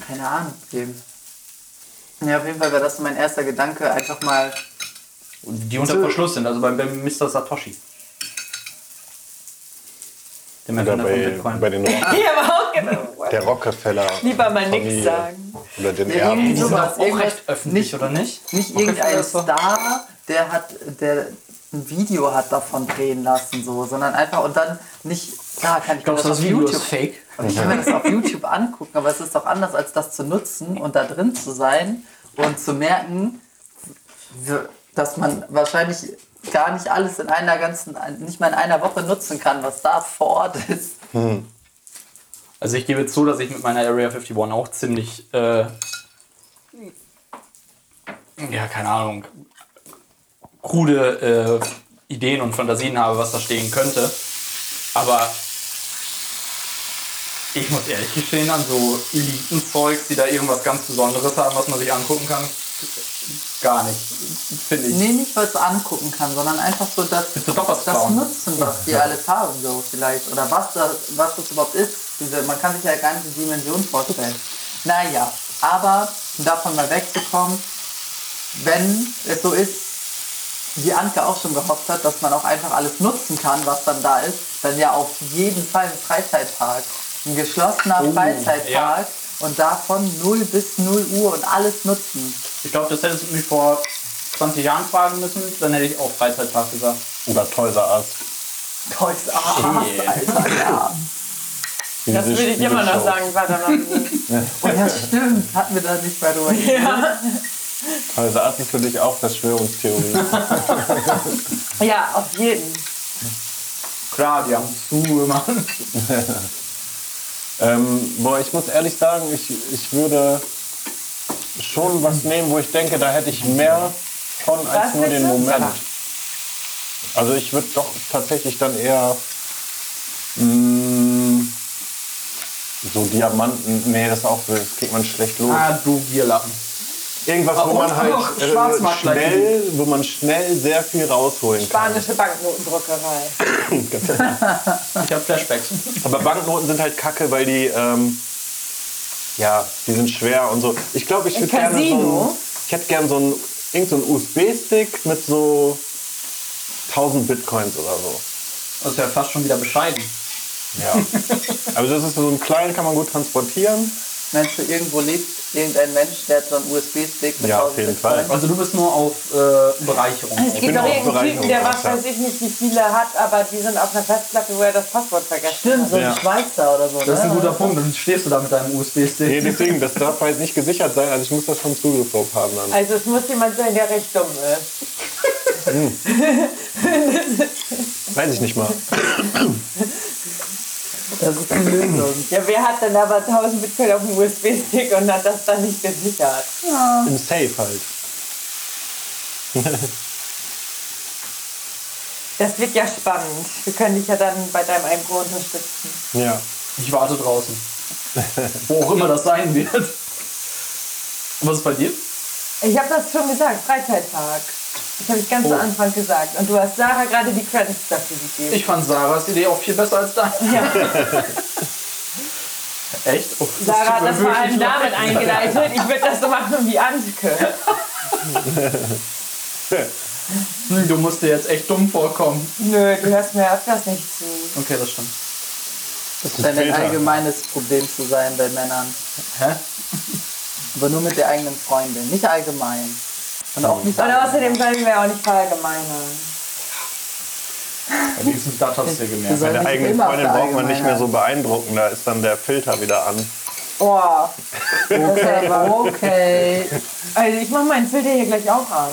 keine Ahnung, eben. Ja, auf jeden Fall war das so mein erster Gedanke, einfach mal
Die unter Verschluss sind, also bei, bei Mr. Satoshi. Der
Oder
Erfinder von
bei,
Bitcoin.
bei den Rock,
Ich habe auch genau. gedacht,
der Rockefeller.
lieber mal
Familie
nichts sagen.
Oder den
Ja,
Erben.
irgendwie sowas.
auch recht öffentlich,
nicht,
oder nicht?
Nicht
Okay, also.
irgendein
alles so.
Star, der hat, der ein Video hat davon drehen lassen, so, sondern einfach und dann nicht, klar kann ich mir
Glaubst
das
du,
auf
das Video
YouTube.
ist fake?
Ich kann mir das auf YouTube angucken, aber es ist doch anders, als das zu nutzen und da drin zu sein und zu merken, wir- dass man wahrscheinlich gar nicht alles in einer ganzen, nicht mal in einer Woche nutzen kann, was da vor Ort ist.
Also ich gebe zu, dass ich mit meiner Area 51 auch ziemlich, äh, ja, keine Ahnung, krude äh, Ideen und Fantasien habe, was da stehen könnte. Aber ich muss ehrlich gestehen, an so Elitenzeugs, die da irgendwas ganz Besonderes haben, was man sich angucken kann, gar nicht, finde ich.
Nee, nicht, weil es angucken kann, sondern einfach so das,
Willst du doch was
das
klauen?
Nutzen, was die alles haben, so vielleicht. Oder was das, was das überhaupt ist. Diese, man kann sich ja gar nicht die Dimension vorstellen. Naja, aber um davon mal wegzukommen, wenn es so ist, wie Anke auch schon gehofft hat, dass man auch einfach alles nutzen kann, was dann da ist, dann ja auf jeden Fall ein Freizeitpark. Ein geschlossener Freizeitpark
ja.
und davon 0 bis 0 Uhr und alles nutzen.
Ich glaube, das hättest du mich vor 20 Jahren fragen müssen, dann hätte ich auch Freizeitpark gesagt.
Oder Toys R Us.
Toll, ah, Alter, ja.
Das würde ich immer noch sagen, war da noch nie.
Oh ja, stimmt. Hatten wir da nicht bei drüber gesprochen.
Toys R Us ist für dich auch Verschwörungstheorie.
Ja, auf jeden.
Klar, die haben zugemacht.
Ähm, boah, ich muss ehrlich sagen, ich, ich würde schon was nehmen, wo ich denke, da hätte ich mehr von als
Was
nur den
willst du?
Moment. Also ich würde doch tatsächlich dann eher mh, so Diamanten, nee, das ist auch, das kriegt man schlecht los.
Ah, du, wir lachen.
Irgendwas, wo
und
man halt
auch
äh,
Schwarzmarkt gleich.
schnell, wo man schnell sehr viel rausholen kann.
Spanische Banknotendruckerei.
Ich habe Flashbacks.
Aber Banknoten sind halt kacke, weil die, ähm, ja, die sind schwer und so. Ich glaube, ich
Im
würde gerne so
Casino?
einen, ich hätte gerne so einen, irgend so einen USB-Stick mit so 1000 Bitcoins oder so.
Das ist ja fast schon wieder bescheiden.
Ja. also das ist so ein kleinen, kann man gut transportieren.
Meinst du, irgendwo lebt irgendein Mensch, der hat so einen USB-Stick mit
Ja, auf
1000
jeden
Bitcoin?
Fall.
Also du bist nur auf äh, Bereicherung.
Es gibt
bin
doch
auch
irgendeinen
bereit,
Typen, der
um
was
das, ja.
weiß ich nicht, wie viele hat, aber die sind auf einer Festplatte, wo er das Passwort vergessen
Stimmt,
hat.
so ein
Ja.
Schweizer oder so.
Das ist
ne?
ein guter Punkt. Dann stehst du da mit deinem USB-Stick.
Nee, deswegen, das darf halt nicht gesichert sein, also ich muss das schon Zugriff drauf haben dann.
Also es muss jemand sein, der äh, recht dumm ist.
Weiß ich nicht mal.
Das ist die Lösung.
Ja, wer hat denn aber 1000 Bitcoin auf dem USB-Stick und hat das dann nicht gesichert?
Im Safe halt.
Das wird ja spannend. Wir können dich ja dann bei deinem Einbruch unterstützen.
Ja.
Ich warte draußen. Wo auch immer das sein wird. Und Was ist bei dir?
Ich habe das schon gesagt, Freizeitpark. Das habe ich
Oh.
ganz am Anfang gesagt. Und du hast Sarah gerade die Credits dafür gegeben.
Ich fand Sarahs Idee auch viel besser als deine.
ja.
Echt? Oh, das
Sarah
tut
hat
mir
das vor
wirklich
allem
leid.
damit eingeleitet. Ich würde das so machen wie Antike.
Hm, Du musst dir jetzt echt dumm vorkommen.
Nö, du hörst mir öfters nicht zu.
Okay, das stimmt.
Das scheint ein
Filter.
allgemeines Problem zu sein bei Männern.
Hä?
Aber nur mit der eigenen Freundin. Nicht allgemein. Und auch nicht
Und
allgemein.
außerdem sollen wir auch nicht verallgemeinern.
Wenigstens das hast du dir
Wir
gemerkt.
sollen
Der
nicht
eigenen
immer auf
Freundin
der
braucht man nicht mehr
Allgemeinen-
so beeindrucken, da ist dann der Filter wieder an.
Boah.
Okay, okay.
Also ich mache meinen Filter hier gleich auch an.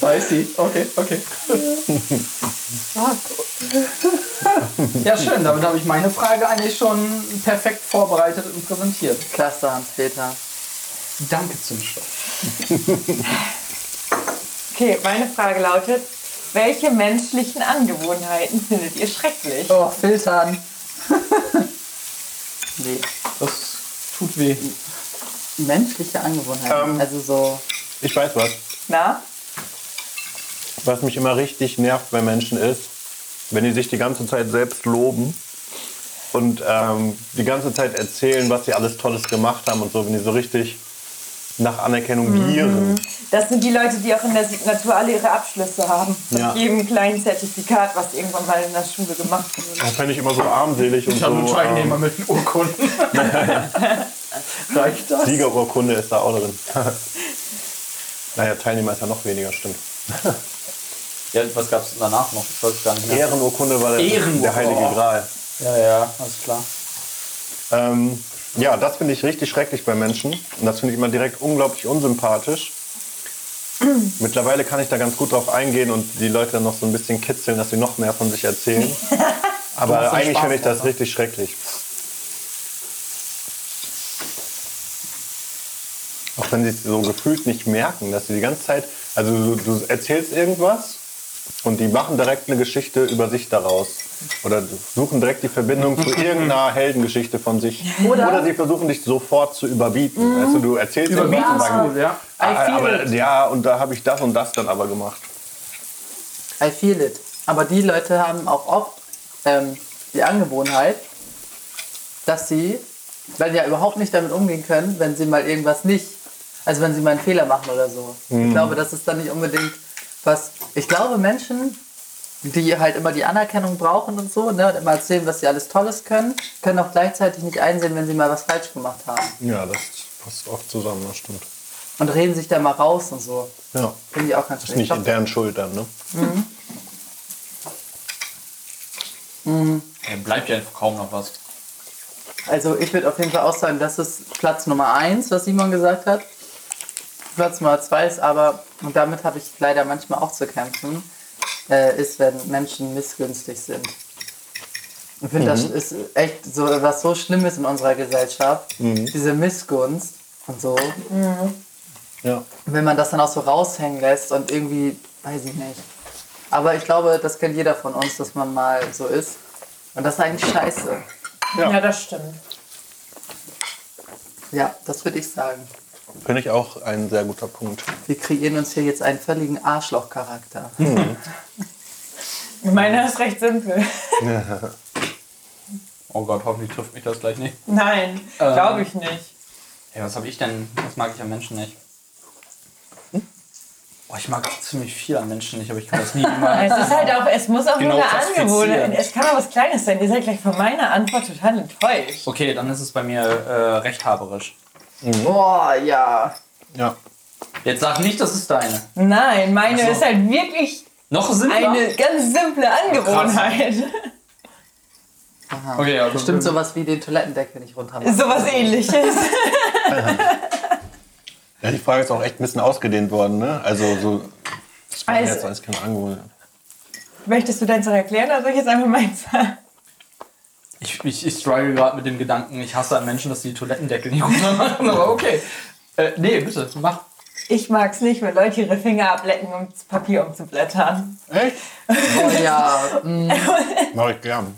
Weiß sie. Okay, okay. ja, schön. Damit habe ich meine Frage eigentlich schon perfekt vorbereitet und präsentiert.
Klasse, Hans-Peter.
Danke, Zündstoff.
Okay, meine Frage lautet, welche menschlichen Angewohnheiten findet ihr schrecklich?
Oh, filtern. nee.
Das tut weh.
Menschliche Angewohnheiten.
Ähm.
Also so.
Ich weiß was.
Na?
Was mich immer richtig nervt bei Menschen ist, wenn die sich die ganze Zeit selbst loben und ähm, die ganze Zeit erzählen, was sie alles Tolles gemacht haben und so, wenn die so richtig nach Anerkennung
Mhm.
gieren.
Das sind die Leute, die auch in der Signatur alle ihre Abschlüsse haben. Mit
Ja.
jedem kleinen Zertifikat, was irgendwann mal in der Schule gemacht wurde.
Das fände ich immer so armselig und
Ich habe einen
so.
Teilnehmer
Ähm,
mit den Urkunden. Reicht das?
ähm, Siegerurkunde ist da auch drin. naja, Teilnehmer ist ja noch weniger, stimmt.
Ja, was gab es danach noch? Ich weiß es gar nicht mehr.
Ehrenurkunde war der,
Ehrenurkunde.
der Heilige
Oh.
Gral.
Ja, ja, alles klar.
Ähm, ja, das finde ich richtig schrecklich bei Menschen. Und das finde ich immer direkt unglaublich unsympathisch. Mittlerweile kann ich da ganz gut drauf eingehen und die Leute dann noch so ein bisschen kitzeln, dass sie noch mehr von sich erzählen. Aber
machst den
eigentlich
Spaß
finde ich das
einfach.
richtig schrecklich. Auch wenn sie es so gefühlt nicht merken, dass sie die ganze Zeit, also du, du erzählst irgendwas und die machen direkt eine Geschichte über sich daraus. Oder suchen direkt die Verbindung zu irgendeiner Heldengeschichte von sich. Oder, sie versuchen dich sofort zu überbieten. Also du erzählst ihnen was und
Überbieten
sagen,
ist gut, ja.
"Ah, aber, ja, und da habe ich das und das dann aber gemacht.
I feel it. Aber die Leute haben auch oft ähm, die Angewohnheit, dass sie dann ja überhaupt nicht damit umgehen können, wenn sie mal irgendwas nicht, also wenn sie mal einen Fehler machen oder so.
Mhm.
Ich glaube, das ist dann nicht unbedingt was. Ich glaube, Menschen, die halt immer die Anerkennung brauchen und so, ne, und immer erzählen, was sie alles Tolles können, können auch gleichzeitig nicht einsehen, wenn sie mal was falsch gemacht haben.
Ja, das passt oft zusammen, das stimmt.
Und reden sich da mal raus und so.
Ja.
Finde ich auch ganz
Ist
schön. Ich
nicht
glaub,
in deren Schuld dann, ne?
Ey, Äh, bleibt ja einfach kaum noch was.
Also ich würde auf jeden Fall auch sagen, das ist Platz Nummer eins, was Simon gesagt hat. Platz Nummer zwei ist aber, und damit habe ich leider manchmal auch zu kämpfen, äh, ist, wenn Menschen missgünstig sind. Ich finde, das ist echt so was so Schlimmes in unserer Gesellschaft. Diese Missgunst und so.
Ja.
Und wenn man das dann auch so raushängen lässt und irgendwie, weiß ich nicht. Aber ich glaube, das kennt jeder von uns, dass man mal so ist. Und das ist eigentlich scheiße.
Ja.
Ja, das stimmt.
Ja, das würde ich sagen.
Finde ich auch ein sehr guter Punkt.
Wir kreieren uns hier jetzt einen völligen Arschlochcharakter.
Mhm.
Meiner ist recht simpel.
Oh Gott, hoffentlich trifft mich das gleich nicht.
Nein,
Ähm.
glaube ich nicht.
Ja, was habe ich denn? Was mag ich an Menschen nicht?
Hm?
Oh, ich mag ziemlich viel an Menschen nicht, aber ich kann das nie
Es
immer.
ist halt auch, es muss auch
Genau
nur eine
klassifizieren.
Angewohnheit. Es kann auch was Kleines sein. Ihr seid gleich von meiner Antwort total enttäuscht.
Okay, dann ist es bei mir äh, rechthaberisch.
Boah, ja.
Ja.
Jetzt sag nicht, das ist deine.
Nein, meine
Ach so.
ist halt wirklich
Noch simpler?
eine ganz simple Angewohnheit.
Ah, Okay, ja,
Bestimmt sowas wie den Toilettendeckel nicht runter. machen.
Sowas ähnliches.
Ja, die Frage ist auch echt ein bisschen ausgedehnt worden, ne? Also so. Das war mir
Also-
jetzt als Kind angeholt.
Möchtest du deins noch erklären oder soll ich jetzt einfach meins sagen?
Ich, ich, ich struggle gerade mit dem Gedanken, ich hasse an Menschen, dass die Toilettendeckel nicht runter machen, aber okay. Äh, nee, bitte, mach.
Ich mag's nicht, wenn Leute ihre Finger ablecken, um das Papier umzublättern.
Echt?
Oh ja. mm.
Mach ich gern.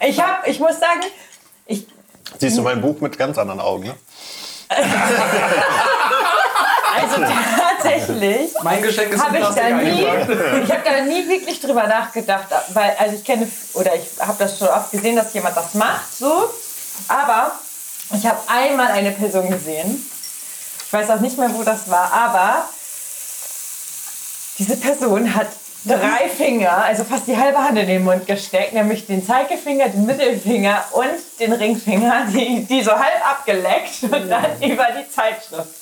Ich hab, ich muss sagen, ich,
Siehst du mein Buch mit ganz anderen Augen, ne?
also tatsächlich
Mein Geschenk ist
habe ich da
Plastik
nie,
eingepackt.
ich habe da nie wirklich drüber nachgedacht, weil also ich kenne oder ich habe das schon oft gesehen, dass jemand das macht, so. Aber ich habe einmal eine Person gesehen. Ich weiß auch nicht mehr, wo das war, aber diese Person hat drei Finger, also fast die halbe Hand in den Mund gesteckt, nämlich den Zeigefinger, den Mittelfinger und den Ringfinger, die, die so halb abgeleckt und dann über die Zeitschrift.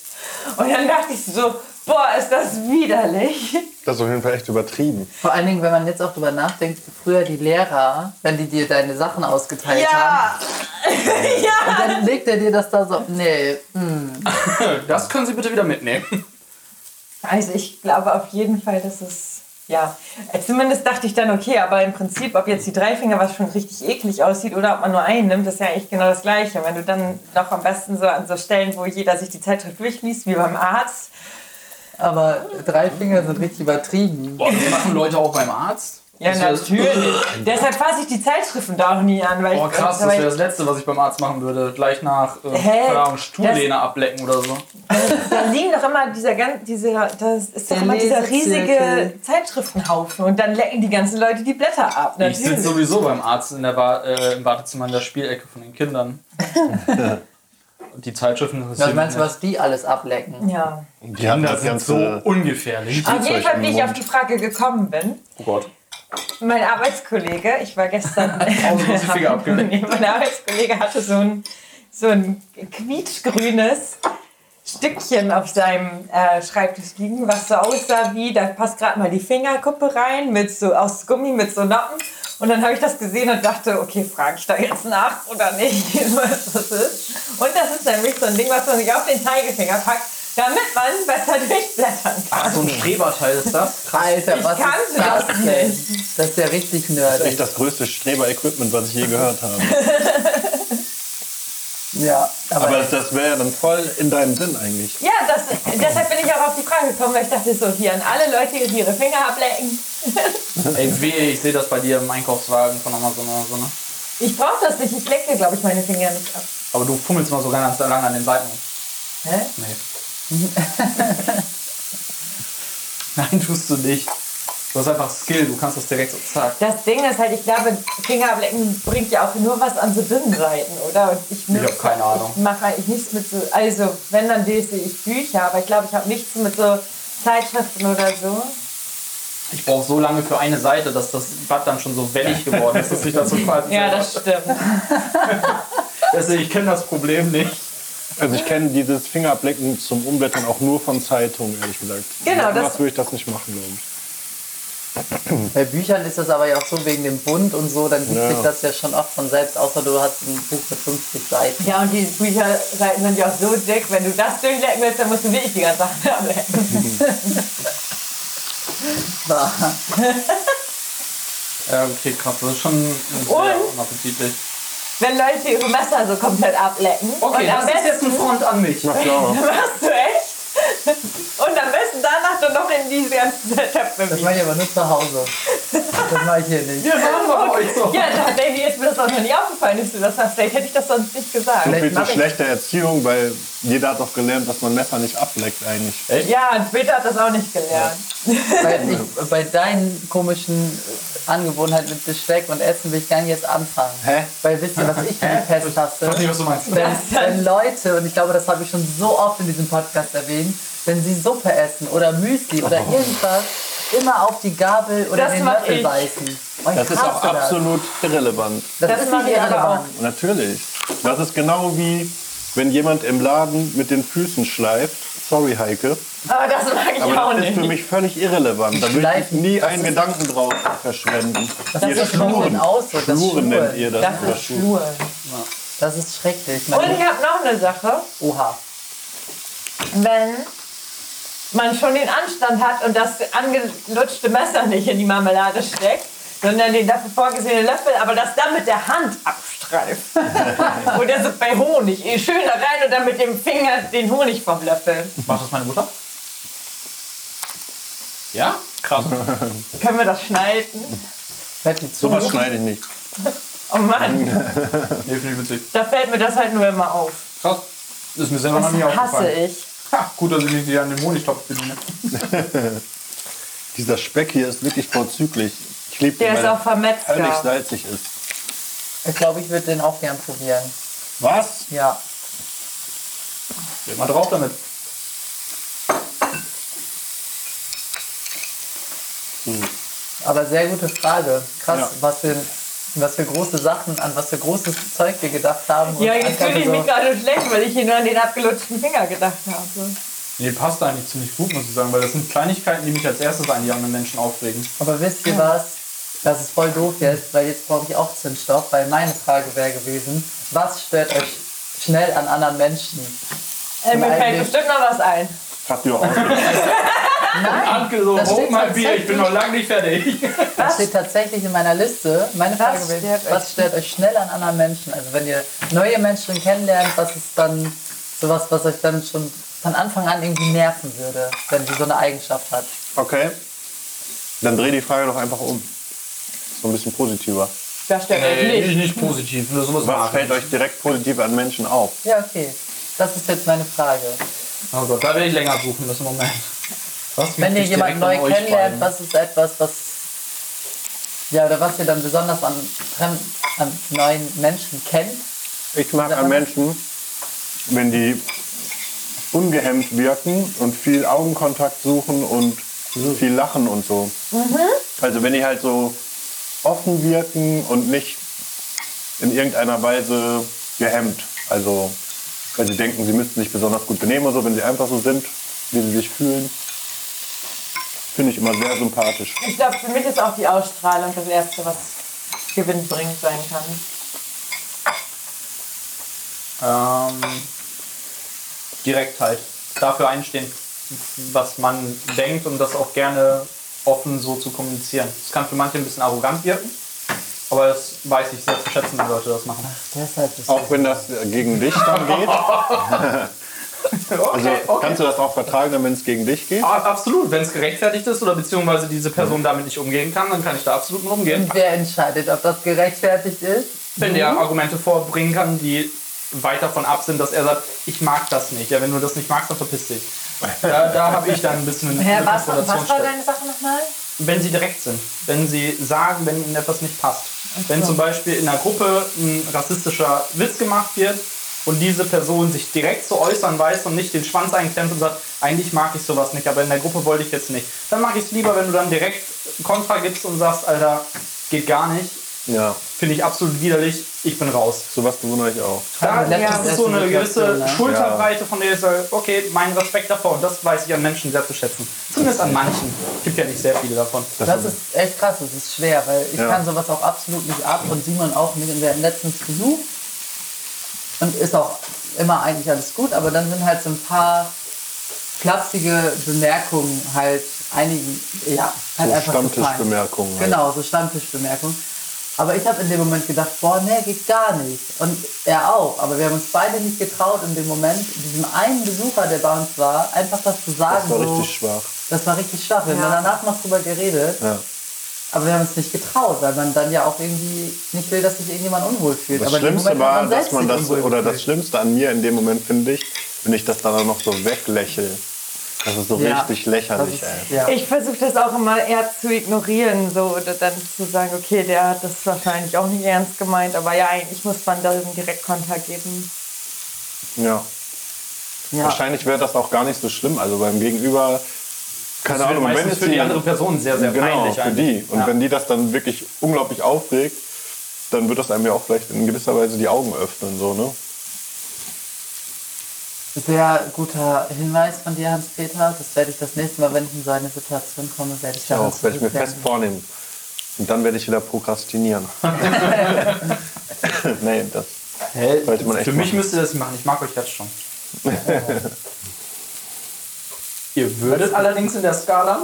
Und dann dachte ich so, boah, ist das widerlich.
Das ist auf jeden Fall echt übertrieben.
Vor allen Dingen, wenn man jetzt auch drüber nachdenkt, früher die Lehrer, wenn die dir deine Sachen ausgeteilt haben,
Ja, ja.
dann legt er dir das da so. Nee.
Das können Sie bitte wieder mitnehmen.
Also ich glaube auf jeden Fall, dass es, ja, zumindest dachte ich dann, okay, aber im Prinzip, ob jetzt die drei Finger, was schon richtig eklig aussieht, oder ob man nur einen nimmt, ist ja eigentlich genau das Gleiche. Wenn du dann noch am besten so an so Stellen, wo jeder sich die Zeitschrift durchliest, wie beim Arzt.
Aber drei Finger sind richtig übertrieben.
Boah, das machen Leute auch beim Arzt.
Ja,
Das wär-
natürlich. Deshalb fasse ich die Zeitschriften da auch nie an, weil
Boah,
ich
Oh, krass, das
weil
wäre das Letzte, was ich beim Arzt machen würde. Gleich nach, äh,
Hä?
keine Ahnung, Stuhllehne
Das-
ablecken oder so.
Da liegen doch immer dieser gan- dieser, das ist doch
Der
immer dieser riesige
Lesezirkel.
Zeitschriftenhaufen und dann lecken die ganzen Leute die Blätter ab.
Ich sitze
Natürlich.
sowieso beim Arzt in der Wa- äh, im Wartezimmer in der Spielecke von den Kindern. Und die Zeitschriften
Was
interessieren
meinst du,
mich
was die alles ablecken?
Ja.
Die hatten
nicht.
das
Das sind so
ganze.
ungefährlich.
Auf jeden Fall,
im
wie ich auf
Mund.
die Frage gekommen bin,
Oh Gott.
Mein Arbeitskollege, ich war gestern.
Augenlose Finger abgelenkt.
mein Arbeitskollege hatte so ein, so ein quietschgrünes Stückchen auf seinem äh, Schreibtisch liegen, was so aussah wie, da passt gerade mal die Fingerkuppe rein, mit so, aus Gummi mit so Noppen. Und dann habe ich das gesehen und dachte, okay, frage ich da jetzt nach oder nicht, was das ist. Und das ist nämlich so ein Ding, was man sich auf den Zeigefinger packt, damit man besser durchblättern kann.
Ach, so ein Streberteil ist das?
Alter, was
kannte
ist das
das
denn? Das ist ja richtig
Das ist
nerdig.
echt das größte Streber-Equipment, was ich je gehört habe.
Ja, aber,
Aber das wäre ja dann voll in deinem Sinn eigentlich.
Ja, das, deshalb bin ich auch auf die Frage gekommen, weil ich dachte so, hier an alle Leute, die ihre Finger ablecken,
Ey, wehe, ich sehe das bei dir im Einkaufswagen von Amazon oder so, ne?
Ich brauche das nicht. Ich lecke, glaube ich, meine Finger nicht ab.
Aber du fummelst mal so ganz lange an den Seiten.
Hä?
Nee. Nein, tust du nicht. Du hast einfach Skill, du kannst das direkt so zack.
Das Ding ist halt, ich glaube, Finger ablecken bringt ja auch nur was an so dünnen Seiten, oder? Und ich
hab keine Ahnung.
Ich mache eigentlich nichts mit so. Also, wenn, dann lese ich Bücher, aber ich glaube, ich habe nichts mit so Zeitschriften oder so.
Ich brauche so lange für eine Seite, dass das Blatt dann schon so wellig geworden ist, dass ich das so quasi.
stimmt.
Deswegen, Also ich kenne das Problem nicht.
Also ich kenne dieses Fingerablecken zum Umblättern auch nur von Zeitungen, ehrlich gesagt.
Genau,
Anders
das-
würde ich das nicht machen, glaube ich.
Bei Büchern ist das aber ja auch so wegen dem Bund und so, dann gibt
Ja.
sich das ja schon oft von selbst, außer du hast ein Buch mit 50 Seiten.
Ja, und die Bücherseiten sind ja auch so dick. Wenn du das durchlecken willst, dann musst du wirklich die ganze Sache ablecken.
Na,
Ja, okay, krass. Das ist schon sehr
Und?
unappetitlich.
Wenn Leute ihre Messer so komplett ablecken.
Okay,
und am
das ist
besten
jetzt ein Front an mich.
Mach ich auch noch.
machst du echt. Und am besten danach dann noch in diese ganzen Töpfe.
das mache ich aber nur zu Hause. Das mache ich hier nicht.
Wir machen wir euch so.
Ja, tatsächlich ist mir das auch noch nie aufgefallen, dass du das hast. Vielleicht hätte ich das sonst nicht gesagt.
So
Vielleicht
viel zu
mach ich-
schlechter Erziehung, weil jeder hat doch gelernt, dass man Messer nicht ableckt eigentlich. Echt?
Ja, und später hat das auch nicht gelernt.
Bei, ich, bei deinen komischen Angewohnheiten mit Besteck und Essen will ich gar nicht jetzt anfangen.
Hä?
Weil wisst ihr, was ich nämlich
Ich weiß
festlasse?
nicht, was du meinst.
wenn, wenn Leute, und ich glaube, das habe ich schon so oft in diesem Podcast erwähnt, wenn sie Suppe essen oder Müsli oder irgendwas, immer auf die Gabel oder
Das
den
mach
Löffel
ich.
beißen. Oh, ich
Das ist auch
hasse das.
absolut irrelevant.
Das,
Das
ist
mach
nicht
ich aber
irrelevant.
Natürlich. Das ist genau wie wenn jemand im Laden mit den Füßen schleift. Sorry, Heike.
Aber das mag ich
Aber
auch
das ist für
nicht.
mich völlig irrelevant. Da würde ich
Schleifen,
nie
das
einen
ist-
Gedanken drauf verschwenden.
Das ist schon so ein Ausdruck. Das
Schluren
Schluren.
nennt ihr das.
Das
Oder
ist
Schluren.
Schluren. Das ist schrecklich.
Und ich
Meine,
habe noch eine Sache.
oha.
Wenn man schon den Anstand hat und das angelutschte Messer nicht in die Marmelade steckt, sondern den dafür vorgesehenen Löffel, aber das dann mit der Hand abstreift. Oder so bei Honig. eh Schön da rein und dann mit dem Finger den Honig vom Löffel.
Macht das meine Mutter? Ja? Krass.
Können wir das schneiden?
Hört die zu.
Sowas schneide ich nicht.
Oh Mann,
Nee, finde ich witzig.
da fällt mir das halt nur immer auf.
Krass. Das ist mir selber noch
Das
nie
hasse
aufgefallen.
ich.
Ha, gut, dass ich nicht wieder an den Honigtopf bediene.
Dieser Speck hier ist wirklich vorzüglich. Ich liebe
Der
den,
ist
weil er
auch vom Metzger.
völlig salzig ist.
Ich glaube, ich würde den auch gern probieren.
Was?
Ja.
Geht mal drauf damit.
Aber sehr gute Frage. Krass,
Ja.
was, wir, was für große Sachen, an was für großes Zeug wir gedacht haben.
Ja,
Und
jetzt fühle ich
Angabe
mich
so,
gerade schlecht, weil ich hier nur an den abgelutschten Finger gedacht habe.
Nee, passt eigentlich ziemlich gut, muss ich sagen, weil das sind Kleinigkeiten, die mich als erstes an die anderen Menschen aufregen.
aber wisst ihr was? Das ist voll doof jetzt, weil jetzt brauche ich auch Zündstoff, weil meine Frage wäre gewesen, was stört euch schnell an anderen Menschen?
Äh, mir fällt
eigentlich-
bestimmt noch was ein.
Habt ihr auch ausgedacht.
Anke so,
das
hol
steht
mein Bier, ich bin
tatsächlich-
noch lange nicht fertig.
Das steht tatsächlich in meiner Liste. Meine
Was
Frage wäre,
stört euch-
was stört euch schnell an anderen Menschen? Also wenn ihr neue Menschen kennenlernt, was ist dann sowas, was euch dann schon von Anfang an irgendwie nerven würde, wenn sie so eine Eigenschaft hat?
Okay. Dann dreh die Frage doch einfach um. So ein bisschen positiver.
Das stört
Äh,
euch nicht.
nicht positiv, nur sowas
Was fällt euch direkt positiv an Menschen auf?
Ja, okay. Das ist jetzt meine Frage.
Oh Gott, da werde ich länger suchen müssen, Moment. Was
Wenn
möchte
ihr
ich
jemanden neu
direkt an euch beiden?
kennenlernt, was ist etwas, was ja oder was ihr dann besonders an, fremd, an neuen Menschen kennt?
Ich mag an Menschen, wenn die ungehemmt wirken und viel Augenkontakt suchen und viel lachen und so. Also wenn die halt so offen wirken und nicht in irgendeiner Weise gehemmt. Also weil sie denken, sie müssten sich besonders gut benehmen oder so, wenn sie einfach so sind, wie sie sich fühlen. Finde ich immer sehr sympathisch.
Ich glaube, für mich ist auch die Ausstrahlung das Erste, was gewinnbringend sein kann.
Ähm, Direktheit. Dafür einstehen, was man denkt und das auch gerne offen so zu kommunizieren. Das kann für manche ein bisschen arrogant wirken, aber das weiß ich sehr zu schätzen, wenn Leute das machen.
Deshalb ist
Auch wenn das gegen dich dann geht. Also
Okay, okay.
kannst du das auch vertragen, wenn es gegen dich geht?
Ah.
A- Ah, Absolut, wenn es gerechtfertigt ist oder beziehungsweise diese Person damit nicht umgehen kann, dann kann ich da absolut mit umgehen.
Und wer entscheidet, ob das gerechtfertigt ist?
Wenn der Argumente vorbringen kann, die weit davon ab sind, dass er sagt, ich mag das nicht. Ja, wenn du das nicht magst, dann verpiss dich. Da, da habe ich dann ein bisschen eine
Hä, was, was war
Konfrontationsstelle.
deine Sache nochmal?
Wenn sie direkt sind, wenn sie sagen, wenn ihnen etwas nicht passt. Wenn zum Beispiel in einer Gruppe ein rassistischer Witz gemacht wird und diese Person sich direkt zu äußern weiß und nicht den Schwanz einklemmt und sagt, eigentlich mag ich sowas nicht, aber in der Gruppe wollte ich jetzt nicht. Dann mag ich es lieber, wenn du dann direkt Kontra gibst und sagst, Alter, geht gar nicht,
Ja,
finde ich absolut widerlich, ich bin raus.
sowas bewundere ich auch.
Da
Ja,
das
das
ist so
ist
eine
eine
gewisse
Situation, ne?
Schulterbreite, von der ich sage, okay, mein Respekt davor, und das weiß ich an Menschen sehr zu schätzen. Zumindest an manchen. Gibt ja nicht sehr viele davon.
Das ist echt krass, das ist schwer, weil ich
Ja.
kann sowas auch absolut nicht ab und Simon auch nicht. Und wir hatten letztens Besuch und ist auch immer eigentlich alles gut, aber dann sind halt so ein paar flapsige Bemerkungen halt einigen, ja, halt
So
einfach
Stammtischbemerkungen halt.
Halt. Genau, so Stammtischbemerkungen. Aber ich habe in dem Moment gedacht, boah, nee, geht gar nicht. Und er auch. Aber wir haben uns beide nicht getraut, in dem Moment diesem einen Besucher, der bei uns war, einfach das zu sagen.
Das war
so,
richtig schwach.
das war richtig schwach. Wir haben
Ja.
danach noch drüber geredet.
Ja.
Aber wir haben es nicht getraut, weil man dann ja auch irgendwie nicht will, dass sich irgendjemand unwohl fühlt.
Das
aber in dem
Schlimmste
Moment hat
war, dass
selbst
man
sich
das,
unwohl
oder
gefühlt.
das Schlimmste an mir in dem Moment finde ich, wenn ich das dann noch so weglächel. Das ist so
Ja.
richtig lächerlich,
Das ist-
ey.
Ja.
Ich versuche das auch immer eher zu ignorieren so, oder dann zu sagen, okay, der hat das wahrscheinlich auch nicht ernst gemeint, aber ja, eigentlich muss man da einen Direktkonter geben.
Ja.
ja.
Wahrscheinlich wäre das auch gar nicht so schlimm. Also beim Gegenüber, keine
Das wird
Ahnung, wenn
Also meistens
es
für die andere Person sehr, sehr
Genau,
peinlich
für
eigentlich.
die. Und
Ja.
wenn die das dann wirklich unglaublich aufregt, dann wird das einem ja auch vielleicht in gewisser Weise die Augen öffnen, so, ne?
Sehr guter Hinweis von dir, Hans-Peter. Das werde ich das nächste Mal, wenn ich in so eine Situation komme, werde ich
Ja,
daran
auch werde ich mir fest
zurückdenken.
vornehmen. Und dann werde ich wieder prokrastinieren. nee, das.
Hä?
Sollte man echt
Für mich
machen.
müsst ihr das nicht machen, ich mag euch jetzt schon. ihr würdet allerdings in der Skala.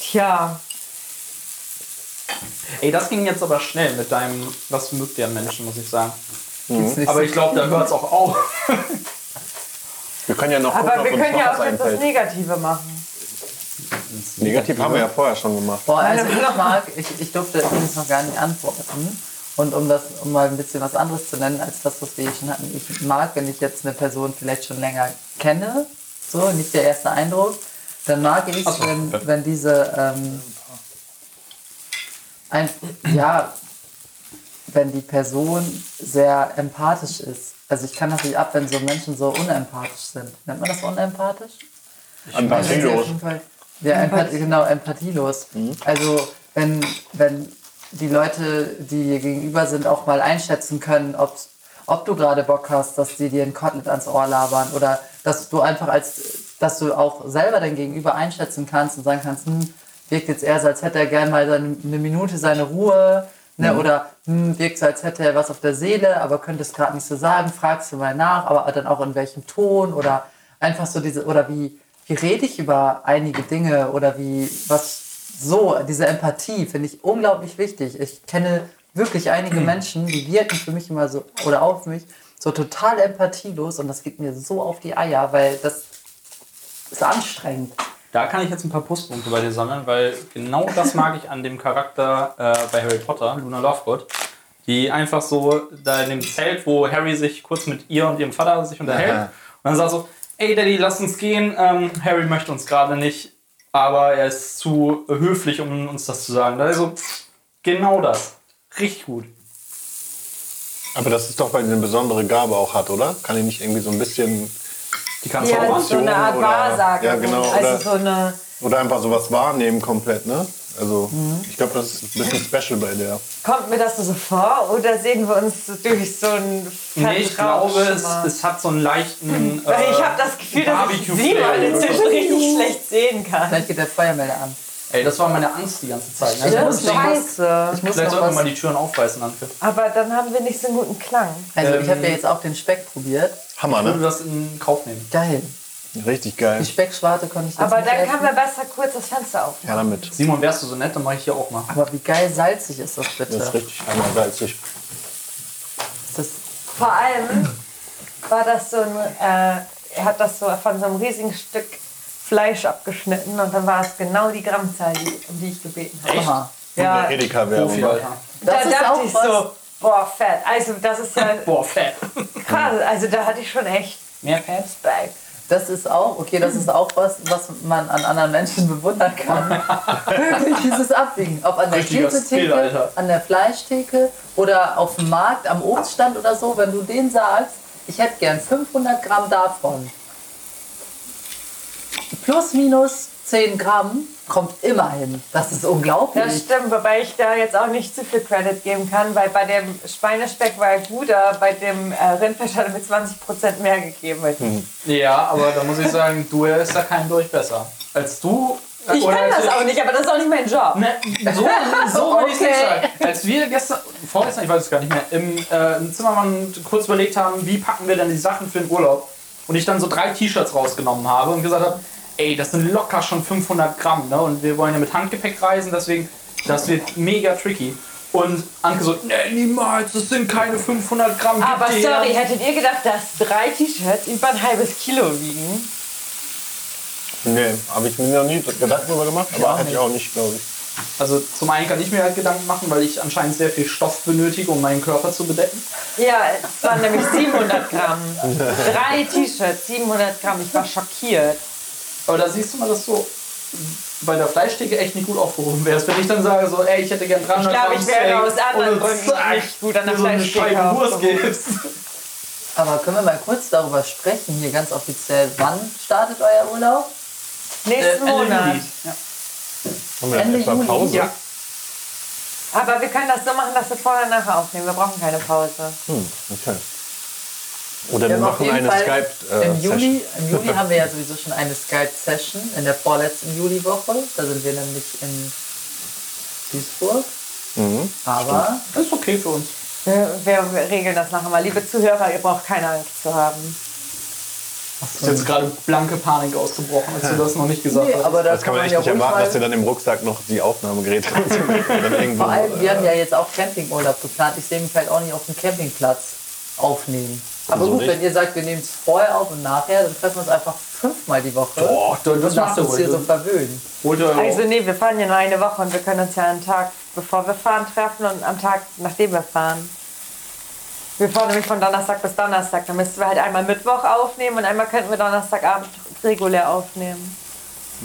Tja,
Ey, das ging jetzt aber schnell mit deinem. Was mögt ihr an Menschen, muss ich sagen.
Gibt's nicht
Aber ich glaube, da hört es auch auf.
Wir können ja noch
aber
gucken,
wir
ob uns
können
noch
ja
was
auch jetzt das
einfällt.
Negative machen.
Negativ haben wir ja vorher schon gemacht.
Boah, also ich mag, ich, ich durfte übrigens noch gar nicht antworten. Und um das, um mal ein bisschen was anderes zu nennen, als das, was wir hier schon hatten, ich mag, wenn ich jetzt eine Person vielleicht schon länger kenne, so, nicht der erste Eindruck, dann mag ich,
Ach so.
wenn, wenn diese, ähm, ein, ja, wenn die Person sehr empathisch ist. Also ich kann das nicht ab, wenn so Menschen so unempathisch sind. Nennt man das unempathisch?
Empathielos.
Ja, Empath genau, empathielos. Also wenn, wenn die Leute, die dir gegenüber sind, auch mal einschätzen können, ob, ob du gerade Bock hast, dass die dir ein Kotelett ans Ohr labern oder dass du einfach als, dass du auch selber dein Gegenüber einschätzen kannst und sagen kannst, hm, wirkt jetzt eher so, als hätte er gern mal seine, eine Minute seine Ruhe. Ne, Oder hm, wirkt so, als hätte er was auf der Seele, aber könnte es gerade nicht so sagen, fragst du mal nach, aber dann auch in welchem Ton oder einfach so diese, oder wie, wie rede ich über einige Dinge oder wie, was so, diese Empathie finde ich unglaublich wichtig. Ich kenne wirklich einige Menschen, die wirken für mich immer so, oder auf mich, so total empathielos und das geht mir so auf die Eier, weil das ist anstrengend.
Da kann ich jetzt ein paar Pluspunkte bei dir sammeln, weil genau das mag ich an dem Charakter äh, bei Harry Potter, Luna Lovegood, die einfach so da in dem Zelt, wo Harry sich kurz mit ihr und ihrem Vater sich unterhält
Aha.
und dann sagt so, ey Daddy, lass uns gehen, ähm, Harry möchte uns gerade nicht, aber er ist zu höflich, um uns das zu sagen. Da ist so, genau das. Richtig gut.
Aber das ist doch, weil die eine besondere Gabe auch hat, oder? Kann ich nicht irgendwie so ein bisschen.
Die kann
Ja,
zaubern.
so eine Art
oder-
Wahrsagerin.
Ja, genau, oder-
also so eine,
Oder einfach sowas wahrnehmen komplett, ne? Also,
Mhm.
ich glaube, das ist ein bisschen special bei der.
kommt mir das so vor oder sehen wir uns durch so ein
Nee, ich glaube, es, äh, es hat so einen leichten.
halt Weil ich habe das Gefühl, dass ich
Barbecue
sie
Flavor.
mal inzwischen richtig schlecht sehen kann.
Vielleicht geht der Feuermelder an.
äh, Ey, das war meine Angst die ganze Zeit. Ne?
Ja,
Also deswegen-
Ich muss
Vielleicht
noch
sollten wir
was
mal die Türen aufreißen, Anke.
Aber dann haben wir nicht so einen guten Klang.
Also ich
ähm,
habe ja jetzt auch den Speck probiert.
Hammer,
Würde
ne?
das in Kauf nehmen.
Geil.
Richtig geil.
Die Speckschwarte konnte ich jetzt
Aber
nicht
dann
essen.
kann man besser kurz das Fenster aufmachen.
Ja, damit.
Simon, wärst du so nett, dann mache ich hier auch mal.
Aber wie geil salzig ist das bitte?
Das ist richtig hammer salzig.
Das
Vor allem war das so ein, äh, er hat das so von so einem riesigen Stück Fleisch abgeschnitten und dann war es genau die Grammzahl, die, um die ich gebeten habe.
Aha.
Ja,
Edeka-Werbung.
Alter.
da
Das ist
dachte
auch
ich
was.
so, boah, fett. Also das ist ja
Boah, fett.
krass. Also da hatte ich schon echt
Mehr Fett?
Respekt.
Das ist auch, okay, das ist auch was, was man an anderen Menschen bewundern kann. Wirklich dieses Abwiegen. Ob an der
Richtiger Skill,
Käsetheke,
Alter.
an der Fleischtheke oder auf dem Markt, am Obststand oder so, wenn du denen sagst, ich hätte gern 500 Gramm davon. Plus, minus 10 Gramm kommt immer hin. Das ist unglaublich.
Das stimmt, wobei ich da jetzt auch nicht zu viel Credit geben kann, weil bei dem Schweinespeck war er gut, aber bei dem äh, Rindfleisch hat er mir 20% mehr gegeben.
Ja, aber da muss ich sagen, du ist da kein Durch besser. Als du.
Ich kann das auch nicht, aber das ist auch nicht mein Job.
Ne, so so will ich nicht
Okay.
sagen. Als wir gestern, vorgestern, ich weiß es gar nicht mehr, im, äh, im Zimmermann kurz überlegt haben, wie packen wir denn die Sachen für den Urlaub und ich dann so drei T-Shirts rausgenommen habe und gesagt habe, ey, das sind locker schon 500 Gramm, ne? Und wir wollen ja mit Handgepäck reisen, deswegen, das wird mega tricky. Und Anke so, nee, niemals, das sind keine 500 Gramm. gib
Aber
die
sorry,
her.
hättet ihr gedacht, dass drei T-Shirts über ein halbes Kilo wiegen?
Nee, habe ich mir noch nie Gedanken darüber gemacht, aber hätte ich auch nicht, glaube ich.
Also zum einen kann ich mir halt Gedanken machen, weil ich anscheinend sehr viel Stoff benötige, um meinen Körper zu bedecken.
Ja, es waren nämlich 700 Gramm. Drei T-Shirts, 700 Gramm. Ich war schockiert.
Aber da siehst du mal, dass du bei der Fleischtheke echt nicht gut aufgehoben wärst. Wenn ich dann sage, so, ey, ich hätte gern 300
Ich glaub,
Gramm
ich wäre aus
Steak
anderen
und
Gründen
zack,
nicht gut an der
dir so eine
Fleischtheke
Scheibe Wurst
aufgehoben.
gibst.
Aber können wir mal kurz darüber sprechen, hier ganz offiziell, wann startet euer Urlaub?
Nächsten
Äh, Ende
Monat.
Juli. Ja.
Haben wir
Ende
jetzt mal
Juni.
Pause?
Ja.
Aber wir können das so machen, dass wir vorher und nachher aufnehmen. Wir brauchen keine Pause.
Hm, okay. Oder
Wir
wir
haben auf
machen eine
jeden
äh,
Fall Im
Skype-Session.
Juli, im Juli haben wir ja sowieso schon eine Skype-Session in der vorletzten Juliwoche. Da sind wir nämlich in Duisburg.
Mhm.
Aber
Ist okay für uns.
Wir, wir regeln das nachher mal. Liebe Zuhörer, ihr braucht keine Angst zu haben.
Ist jetzt gerade blanke Panik ausgebrochen, als du das noch nicht gesagt
nee,
hast.
aber da
das kann man echt
ja
nicht
ruhig
erwarten,
mal-
dass ihr dann im Rucksack noch die Aufnahmegeräte und so dann irgendwo.
Vor allem, wir haben ja jetzt auch Campingurlaub geplant. Ich sehe mich halt auch nicht auf dem Campingplatz aufnehmen. Aber
Wieso
gut,
nicht?
wenn ihr sagt, wir nehmen es vorher auf und nachher, dann treffen wir uns einfach fünfmal die Woche.
Boah, das
und
macht
lassen
ihr
uns hier
wohl.
so verwöhnen.
Holt ihr
Also nee, wir fahren ja nur eine Woche und wir können uns ja einen Tag, bevor wir fahren, treffen und am Tag, nachdem wir fahren. Wir fahren nämlich von Donnerstag bis Donnerstag. Dann müssten wir halt einmal Mittwoch aufnehmen und einmal könnten wir Donnerstagabend regulär aufnehmen.